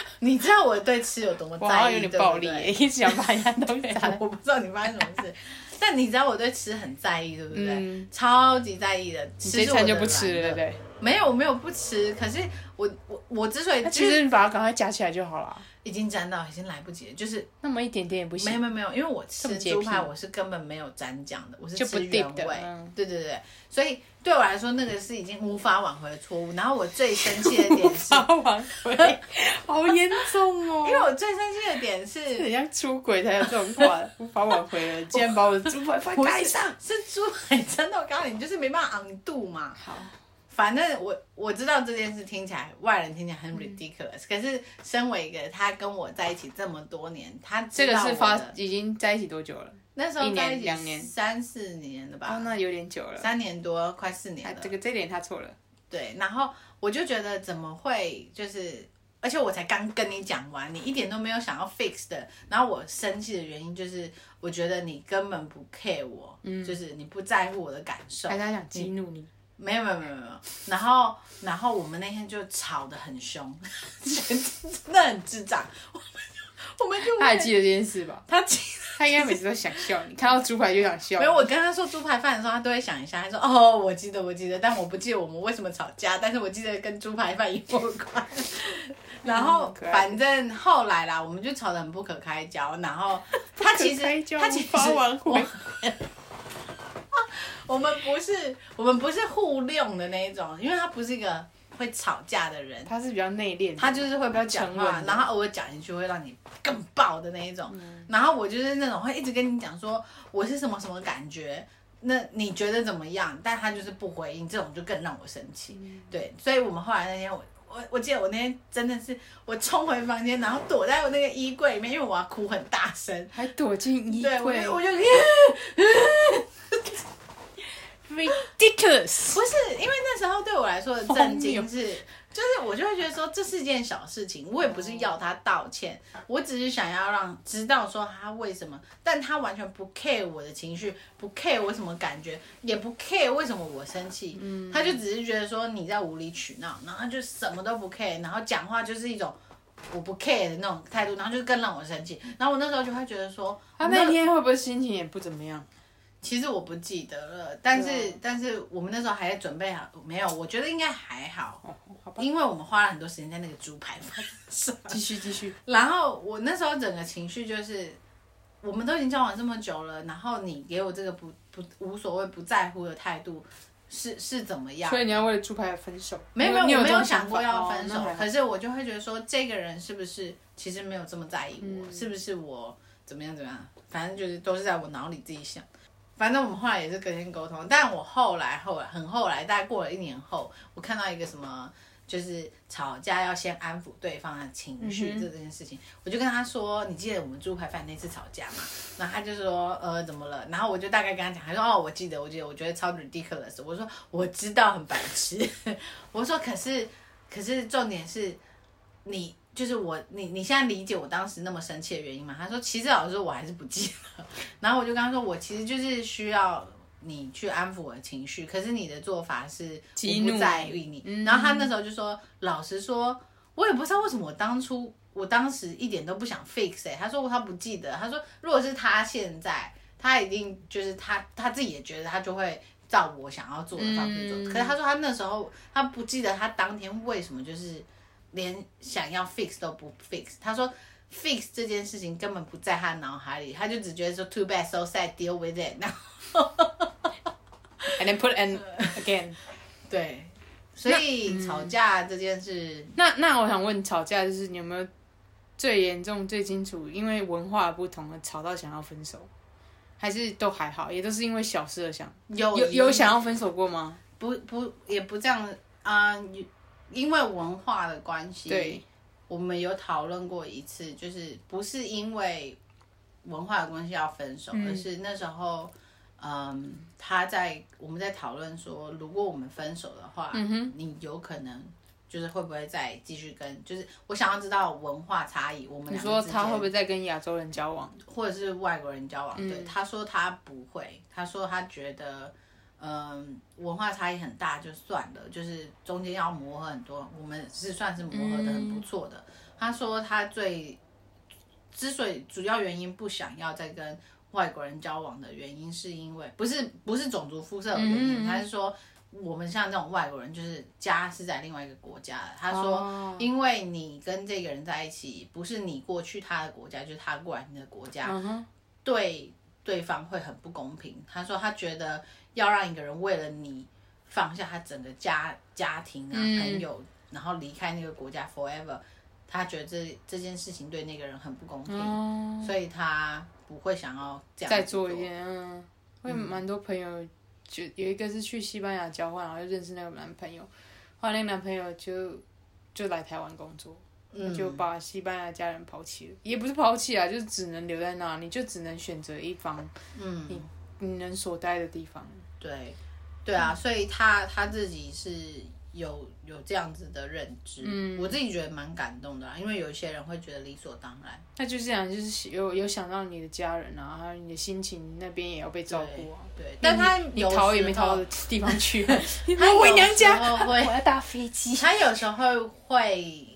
Speaker 1: [laughs] 你知道我对吃有多么
Speaker 3: 我好
Speaker 1: 在
Speaker 3: 像
Speaker 1: 意，
Speaker 3: 有
Speaker 1: 对
Speaker 3: 点
Speaker 1: 不
Speaker 3: 暴力
Speaker 1: 对
Speaker 3: 耶，一直想把人家东
Speaker 1: [laughs]
Speaker 3: 西砸在。
Speaker 1: 我不知道你发生什么
Speaker 3: [laughs]
Speaker 1: 事，但你知道我对吃很在意，对不对？
Speaker 3: 嗯
Speaker 1: 超级在意的，
Speaker 3: 你
Speaker 1: 吃
Speaker 3: 这
Speaker 1: 是我
Speaker 3: 餐
Speaker 1: 的
Speaker 3: 就不吃了，对
Speaker 1: 软
Speaker 3: 不
Speaker 1: 肋
Speaker 3: 对？
Speaker 1: 没有，我没有不吃，可是我我我之所以
Speaker 3: 那
Speaker 1: 就
Speaker 3: 其
Speaker 1: 是
Speaker 3: 实你把它赶快夹起来就好了，
Speaker 1: 已经沾到，已经来不及了，就是
Speaker 3: 那么一点点也不
Speaker 1: 没有
Speaker 3: 行。
Speaker 1: 没有没有，因为我
Speaker 3: 这
Speaker 1: 吃
Speaker 3: 么洁
Speaker 1: 猪
Speaker 3: 癖
Speaker 1: 排我是根本没有沾酱的，我是
Speaker 3: 就不
Speaker 1: 吃原
Speaker 3: dip 的
Speaker 1: 味，
Speaker 3: 嗯
Speaker 1: 对对对，所以对我来说那个是已经无法挽回的错误。然后我最生气的
Speaker 3: [laughs]
Speaker 1: 点是，
Speaker 3: 撒完回，好严重哦！
Speaker 1: 因为我最生气的点是
Speaker 3: 很像出轨才有这种话，无法挽回了，竟然把我的猪排放
Speaker 1: 不
Speaker 3: 盖
Speaker 1: 是
Speaker 3: 上。
Speaker 1: 是猪排沾到咖喱，你就是没办法昂度嘛。
Speaker 3: 好，
Speaker 1: 反正我我知道这件事听起来外人听起来
Speaker 3: 嗯
Speaker 1: 很 ridiculous，、可是身为一个他跟我在一起这么多年，他
Speaker 3: 这
Speaker 1: 知
Speaker 3: 个
Speaker 1: 道我
Speaker 3: 是
Speaker 1: 的
Speaker 3: 发已经在一起多久了？
Speaker 1: 那时候在一
Speaker 3: 一年
Speaker 1: 起
Speaker 3: 两年
Speaker 1: 三四年了吧，
Speaker 3: 哦，那有点久了。
Speaker 1: 三年多快四年
Speaker 3: 他
Speaker 1: 了。
Speaker 3: 这个这点他错了。
Speaker 1: 对，然后我就觉得怎么会就是，而且我才刚跟你讲完，你一点都没有想要 fix 的。然后我生气的原因就是，我觉得你根本不 care 我，
Speaker 3: 嗯
Speaker 1: 就是你不在乎我的感受。
Speaker 3: 还是他想激怒你，
Speaker 1: 没有没有没有没有，然后然后我们那天就吵得很凶， [laughs] 真的很智障，我们就我
Speaker 3: 他
Speaker 1: 们
Speaker 3: 还
Speaker 1: 就
Speaker 3: 记得这件事吧？
Speaker 1: 他记
Speaker 3: 他应该每次都想笑你，看到猪排就想笑。
Speaker 1: 没有我跟他说猪排饭的时候，他都会想一下，他说哦我记得我记得，但我不记得我们为什么吵架，但是我记得跟猪排饭有关。然后
Speaker 3: [laughs] 嗯可爱
Speaker 1: 反正后来啦，我们就吵得很不可开交，然后他
Speaker 3: [laughs]
Speaker 1: 其实他其实
Speaker 3: 发完回，
Speaker 1: [laughs] 我们不是我们不是互用的那一种，因为他不是一个会吵架的人。
Speaker 3: 他是比较内敛的，
Speaker 1: 他就是会不要讲
Speaker 3: 沉稳
Speaker 1: 话
Speaker 3: 的，
Speaker 1: 然后偶尔讲一句会让你更爆的那一种。
Speaker 3: 嗯
Speaker 1: 然后我就是那种会一直跟你讲说我是什么什么感觉，那你觉得怎么样？但他就是不回应，这种就更让我生气。
Speaker 3: 嗯
Speaker 1: 对，所以我们后来那天我。我我记得我那天真的是我冲回房间，然后躲在我那个衣柜里面，因为我要哭很大声。
Speaker 3: 还躲进衣
Speaker 1: 对，我
Speaker 3: 柜
Speaker 1: 就我就
Speaker 3: ，ridiculous。
Speaker 1: 不是，因为那时候对我来说的震惊是，就是我就会觉得说这是一件小事情，我也不是要他道歉，我只是想要让知道说他为什么，但他完全不 care 我的情绪，不 care 我什么感觉，也不 care 为什么我生气，他就只是觉得说你在无理取闹，然后他就什么都不 care，然后讲话就是一种。我不 care 的那种态度，然后就更让我生气。然后我那时候就会觉得说，
Speaker 3: 他那天会不会心情也不怎么样？
Speaker 1: 其实我不记得了，但是、
Speaker 3: 对啊
Speaker 1: 但是我们那时候还在准备好，没有，我觉得应该还好，
Speaker 3: 哦，好吧，
Speaker 1: 因为我们花了很多时间在那个猪排饭上。
Speaker 3: 继续
Speaker 1: [laughs]
Speaker 3: 继续。
Speaker 1: 然后我那时候整个情绪就是，我们都已经交往这么久了，然后你给我这个不不无所谓不在乎的态度，是是怎么样？
Speaker 3: 所以你要为了猪排分手？
Speaker 1: 没有没有，
Speaker 3: 你
Speaker 1: 我没
Speaker 3: 这
Speaker 1: 有
Speaker 3: 种
Speaker 1: 想过
Speaker 3: 法
Speaker 1: 要分手
Speaker 3: 哦那还，好
Speaker 1: 可是我就会觉得说，这个人是不是其实没有这么在意我，
Speaker 3: 嗯
Speaker 1: 是不是我怎么样怎么样，反正就是都是在我脑里自己想。反正我们后来也是跟人沟通，但我后来后来很后来，大概过了一年后，我看到一个什么。就是吵架要先安抚对方的情绪这件事情。我就跟他说，你记得我们猪排饭那次吵架吗？然后他就说，呃，怎么了？然后我就大概跟他讲，他说，哦，我记得，我记得，我觉得超 ridiculous。我说我知道很白痴， [laughs] 我说可是可是重点是你。就是我，你你现在理解我当时那么生气的原因吗？他说，其实老师我还是不记得。 [laughs] 然后我就跟他说，我其实就是需要你去安抚我的情绪，可是你的做法是
Speaker 3: 激
Speaker 1: 我
Speaker 3: 怒嗯
Speaker 1: 不在意你。然后他那时候就说，老实说，我也不知道为什么我当初我当时一点都不想 fix 哎、他说他不记得，他说如果是他现在，他一定就是他他自己也觉得他就会。照我想要做的方式做，
Speaker 3: 嗯
Speaker 1: 可是他说他那时候他不记得他当天为什么就是连想要 fix 都不 fix。他说 fix 这件事情根本不在他脑海里，他就只觉得说 too bad so sad deal with it。然 [laughs] 后
Speaker 3: [laughs] and then
Speaker 1: [laughs]
Speaker 3: put an again。
Speaker 1: 对，所以吵架这件事，
Speaker 3: 那那我想问，吵架就是你有没有最严重、最清楚，因为文化不同而吵到想要分手，还是都还好，也都是因为小事而想？
Speaker 1: 有
Speaker 3: 有有想要分手过吗？
Speaker 1: 不不也不这样啊、有因为文化的关系，
Speaker 3: 对，
Speaker 1: 我们有讨论过一次，就是不是因为文化的关系要分手，而是那时候，嗯，他在我们在讨论说，如果我们分手的话，
Speaker 3: 嗯
Speaker 1: 你有可能就是会不会再继续跟，就是我想要知道文化差异，我们
Speaker 3: 你
Speaker 1: 两
Speaker 3: 说
Speaker 1: 个之
Speaker 3: 他会不
Speaker 1: 间。
Speaker 3: 会再跟亚洲人交往？
Speaker 1: 或者是外国人交往，对，他说他不会，他说他觉得，嗯，文化差异很大就算了，就是中间要磨合很多，我们是算是磨合的很不错的。他说他最之所以主要原因不想要再跟外国人交往的原因，是因为不是不是种族肤色的原因，他是说。我们像这种外国人，就是家是在另外一个国家的。他说
Speaker 3: 哦，
Speaker 1: 因为你跟这个人在一起，不是你过去他的国家，就是他过来你的国家，
Speaker 3: 嗯哼，
Speaker 1: 对对方会很不公平。他说他觉得要让一个人为了你放下他整个家家庭啊、
Speaker 3: 嗯
Speaker 1: 朋友，然后离开那个国家 forever，他觉得这这件事情对那个人很不公平，
Speaker 3: 哦，
Speaker 1: 所以他不会想要这样
Speaker 3: 再
Speaker 1: 子
Speaker 3: 做一遍，嗯，我有蛮多朋友就有一个是去西班牙交换，然后就认识那个男朋友，后来那个男朋友就就来台湾工作，
Speaker 1: 嗯
Speaker 3: 就把西班牙家人抛弃了，也不是抛弃啊，就是只能留在那，你就只能选择一方
Speaker 1: 嗯，
Speaker 3: 你能所待的地方。
Speaker 1: 对，对
Speaker 3: 嗯
Speaker 1: 啊，所以他他自己是有有这样子的认知，嗯，我自己觉得蛮感动的啦，因为有一些人会觉得理所当然。
Speaker 3: 那就是这样，就是有有想到你的家人啊，还有你的心情那边也要被照顾啊。
Speaker 1: 对，但他
Speaker 3: 你
Speaker 1: 有
Speaker 3: 逃也
Speaker 1: 时
Speaker 3: 没
Speaker 1: 候
Speaker 3: 逃到地方
Speaker 1: [laughs]
Speaker 3: 去，啊
Speaker 1: 他有
Speaker 3: 我回娘家
Speaker 1: 时候会
Speaker 2: 我要搭飞机。
Speaker 1: 他有时候会，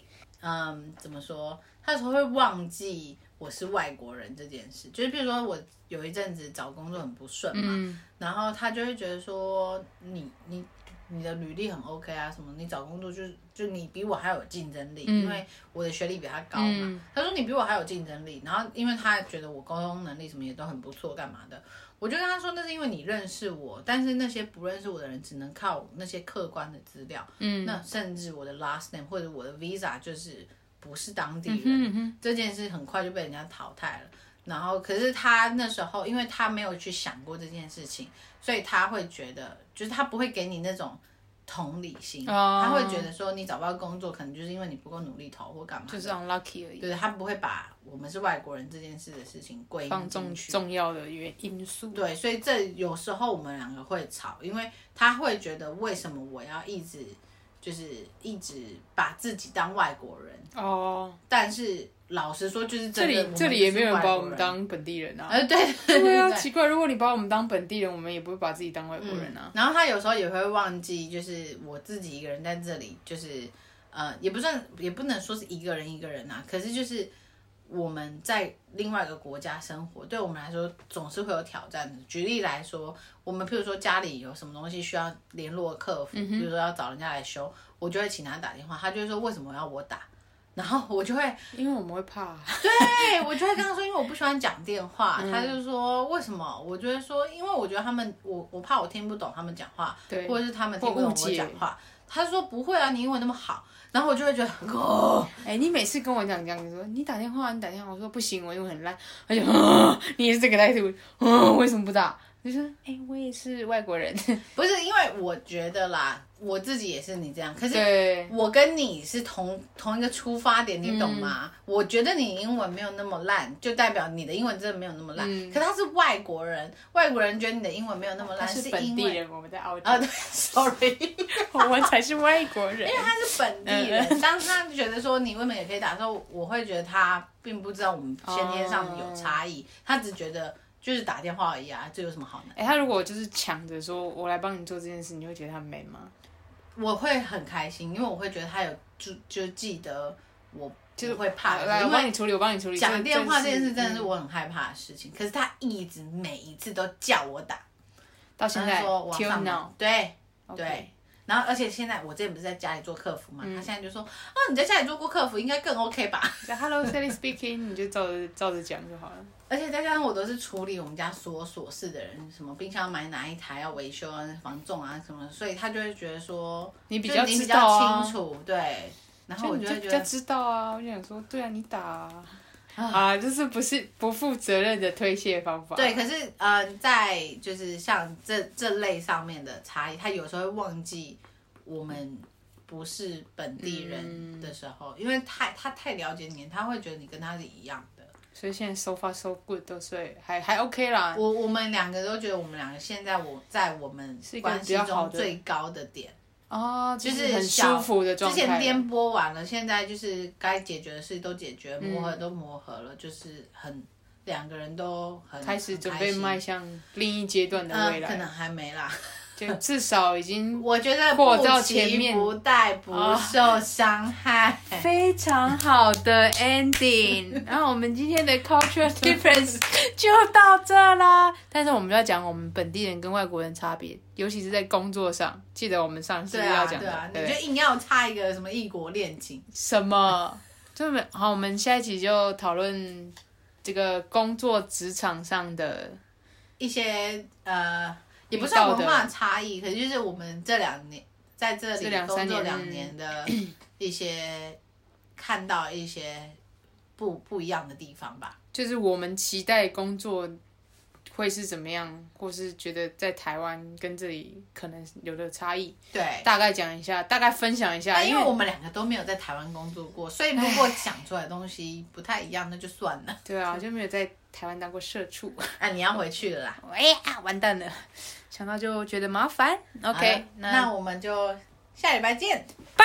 Speaker 1: 嗯，怎么说？他有时候会忘记我是外国人这件事。就是比如说，我有一阵子找工作很不顺嘛，
Speaker 3: 嗯
Speaker 1: 然后他就会觉得说，你你你的履历很 OK 啊，什么你找工作就就你比我还有竞争
Speaker 3: 嗯
Speaker 1: 力，因为我的学历比他高嘛。他说你比我还有竞争力，然后因为他觉得我沟通能力什么也都很不错，干嘛的？我就跟他说，那是因为你认识我，但是那些不认识我的人，只能靠那些客观的资料。嗯，那甚至我的 last name 或者我的 visa 就是不是当地人，这件事很快就被人家淘汰了。然后，可是他那时候，因为他没有去想过这件事情，所以他会觉得，就是他不会给你那种同理心，
Speaker 3: 哦
Speaker 1: 他会觉得说你找不到工作，可能就是因为你不够努力投或干嘛的，
Speaker 3: 就是 unlucky 而已，
Speaker 1: 对他不会把我们是外国人这件事的事情归
Speaker 3: 放
Speaker 1: 因
Speaker 3: 重
Speaker 1: 进去。
Speaker 3: 重要的原因素。
Speaker 1: 对，所以这有时候我们两个会吵，因为他会觉得为什么我要一直就是一直把自己当外国人，
Speaker 3: 哦，
Speaker 1: 但是老实说，就是
Speaker 3: 这
Speaker 1: 真的我
Speaker 3: 里
Speaker 1: 们
Speaker 3: 这里也没有
Speaker 1: 就是
Speaker 3: 人
Speaker 1: 外
Speaker 3: 把我
Speaker 1: 国
Speaker 3: 们
Speaker 1: 人，
Speaker 3: 当本
Speaker 1: [laughs]
Speaker 3: 地人啊。
Speaker 1: 呃，对对
Speaker 3: 对啊，
Speaker 1: 对
Speaker 3: 奇怪，如果你把我们当本地人，我们也不会把自己当外国人啊。
Speaker 1: 嗯然后他有时候也会忘记，就是我自己一个人在这里，就是呃，也不算，也不能说是一个人一个人啊，可是就是我们在另外一个国家生活，对我们来说总是会有挑战的。举例来说，我们譬如说家里有什么东西需要联络客服，
Speaker 3: 嗯
Speaker 1: 比如说要找人家来修，我就会请他打电话，他就会说为什么要我打， [laughs] 然后我就会
Speaker 3: 因为我们会怕，啊
Speaker 1: 对，我就会跟他说，因为我不喜欢讲电话，
Speaker 3: 嗯
Speaker 1: 他就说为什么？我就会说，因为我觉得他们，我我怕我听不懂他们讲话，
Speaker 3: 对
Speaker 1: 或者是他们听不懂
Speaker 3: 或
Speaker 1: 我
Speaker 3: 误解
Speaker 1: 讲话。他就说不会啊，你英文那么好，然后我就会觉得哦，
Speaker 3: 哎、你每次跟我讲讲，你说你打电 [laughs] 话，你打电话，我说不行，我英文很烂，而且、啊，你也是这个态度，嗯、为什么不打？你说，哎、我也是外国人，
Speaker 1: 不是因为我觉得啦，我自己也是你这样，可是
Speaker 3: 对，
Speaker 1: 我跟你是同同一个出发点，你懂
Speaker 3: 嗯
Speaker 1: 吗？我觉得你英文没有那么烂，就代表你的英文真的没有那么烂。
Speaker 3: 嗯
Speaker 1: 可他是外国人，外国人觉得你的英文没有那么
Speaker 3: 他
Speaker 1: 烂，
Speaker 3: 是
Speaker 1: 因
Speaker 3: 本地
Speaker 1: 为
Speaker 3: 人，我们在澳洲，
Speaker 1: 啊，对 [laughs] ，sorry。
Speaker 3: [laughs] 我们才是外国人。
Speaker 1: [laughs] 因为他是本地
Speaker 3: 嗯
Speaker 1: 人，当他觉得说你为什么也可以打的时候，我会觉得他并不知道我们先天上有差异，他只觉得就是打电话而已啊，这有什么好难？
Speaker 3: 哎、他如果就是抢着说我来帮你做这件事，你会觉得他 man 吗？
Speaker 1: 我会很开心，因为我会觉得他有就就记得我，就是会怕，
Speaker 3: 来，我
Speaker 1: 因
Speaker 3: 帮
Speaker 1: 为
Speaker 3: 你处理，我帮你处理。
Speaker 1: 讲电话这件事真的
Speaker 3: 是嗯
Speaker 1: 是我很害怕的事情。可是他一直每一次都叫我打，
Speaker 3: 到现
Speaker 1: 他
Speaker 3: 在
Speaker 1: 就说我要
Speaker 3: till
Speaker 1: 上
Speaker 3: now，
Speaker 1: 班，对。
Speaker 3: 对，
Speaker 1: 然后，而且现在我之前不是在家里做客服嘛，
Speaker 3: 嗯
Speaker 1: 他现在就说啊，你在家里做过客服，应该更 OK 吧？
Speaker 3: 就 Hello Sally speaking，你就照着照着讲就好了。
Speaker 1: 而且再加上我都是处理我们家所有琐事的人，什么冰箱买哪一台要维修啊、防重啊什么，所以他就会觉得说
Speaker 3: 你比
Speaker 1: 就
Speaker 3: 较
Speaker 1: 你比
Speaker 3: 知道
Speaker 1: 较
Speaker 3: 啊
Speaker 1: 清楚，对。然后
Speaker 3: 就
Speaker 1: 我
Speaker 3: 你
Speaker 1: 就
Speaker 3: 就
Speaker 1: 会
Speaker 3: 比
Speaker 1: 觉
Speaker 3: 较
Speaker 1: 得，
Speaker 3: 知道啊，我就想说，对啊，你打啊，啊，就是不是不负责任的推卸方法。
Speaker 1: 对，可是呃，在就是像这这类上面的差异，他有时候会忘记我们不是本地人的时候，因为太他太了解你，他会觉得你跟他是一样的。
Speaker 3: 所以现在 so far so good 都是还还 OK 啦。
Speaker 1: 我我们两个都觉得我们两个现在我在我们
Speaker 3: 是一个
Speaker 1: 关
Speaker 3: 比
Speaker 1: 系
Speaker 3: 较好
Speaker 1: 中
Speaker 3: 的
Speaker 1: 最高的点。
Speaker 3: 哦，就
Speaker 1: 就是
Speaker 3: 很
Speaker 1: 小
Speaker 3: 舒服的状态。
Speaker 1: 之前颠簸完了，现在就是该解决的事都解决，磨合都磨合了，就是很两个人都很
Speaker 3: 开始准备
Speaker 1: 很开心
Speaker 3: 迈向另一阶段的未
Speaker 1: 嗯，可
Speaker 3: 来，
Speaker 1: 能还没啦。
Speaker 3: 就至少已经
Speaker 1: 我觉得
Speaker 3: 扩
Speaker 1: 不
Speaker 3: 到
Speaker 1: 期
Speaker 3: 前面
Speaker 1: 不待，不受伤
Speaker 3: [laughs]
Speaker 1: 害。
Speaker 3: 非常好的 ending。然后我们今天的 cultural difference [laughs] 就到这啦。但是我们要讲我们本地人跟外国人差别，尤其是在工作上。记得我们上次
Speaker 1: 对
Speaker 3: 要
Speaker 1: 啊，
Speaker 3: 讲
Speaker 1: 对
Speaker 3: 的，
Speaker 1: 啊，
Speaker 3: 对
Speaker 1: 你就硬要插一个什么异国恋情，
Speaker 3: 什么？就没好，我们下一集就讨论这个工作职场上的
Speaker 1: 一些呃，也不
Speaker 3: 遇
Speaker 1: 算
Speaker 3: 到的
Speaker 1: 文化差异，可是就是我们这两年在这
Speaker 3: 这
Speaker 1: 里
Speaker 3: 两
Speaker 1: 工
Speaker 3: 三
Speaker 1: 作
Speaker 3: 年嗯
Speaker 1: 两年的一些看到一些不不一样的地方吧。
Speaker 3: 就是我们期待工作会是怎么样，或是觉得在台湾跟这里可能有的差异，
Speaker 1: 对，
Speaker 3: 大概讲一下，大概分享一下。
Speaker 1: 啊哎但因
Speaker 3: 因
Speaker 1: 为我们两个都没有在台湾工作过，所以如果讲出来的东西不太一样，那就算了。
Speaker 3: 对啊，就没有在台湾当过社 [laughs] 畜。
Speaker 1: [laughs] 啊，你要回去了啦。
Speaker 3: 哎呀，完蛋了，想到就觉得麻烦。
Speaker 1: 好了
Speaker 3: OK，
Speaker 1: 那我们就下礼拜见。
Speaker 3: 拜。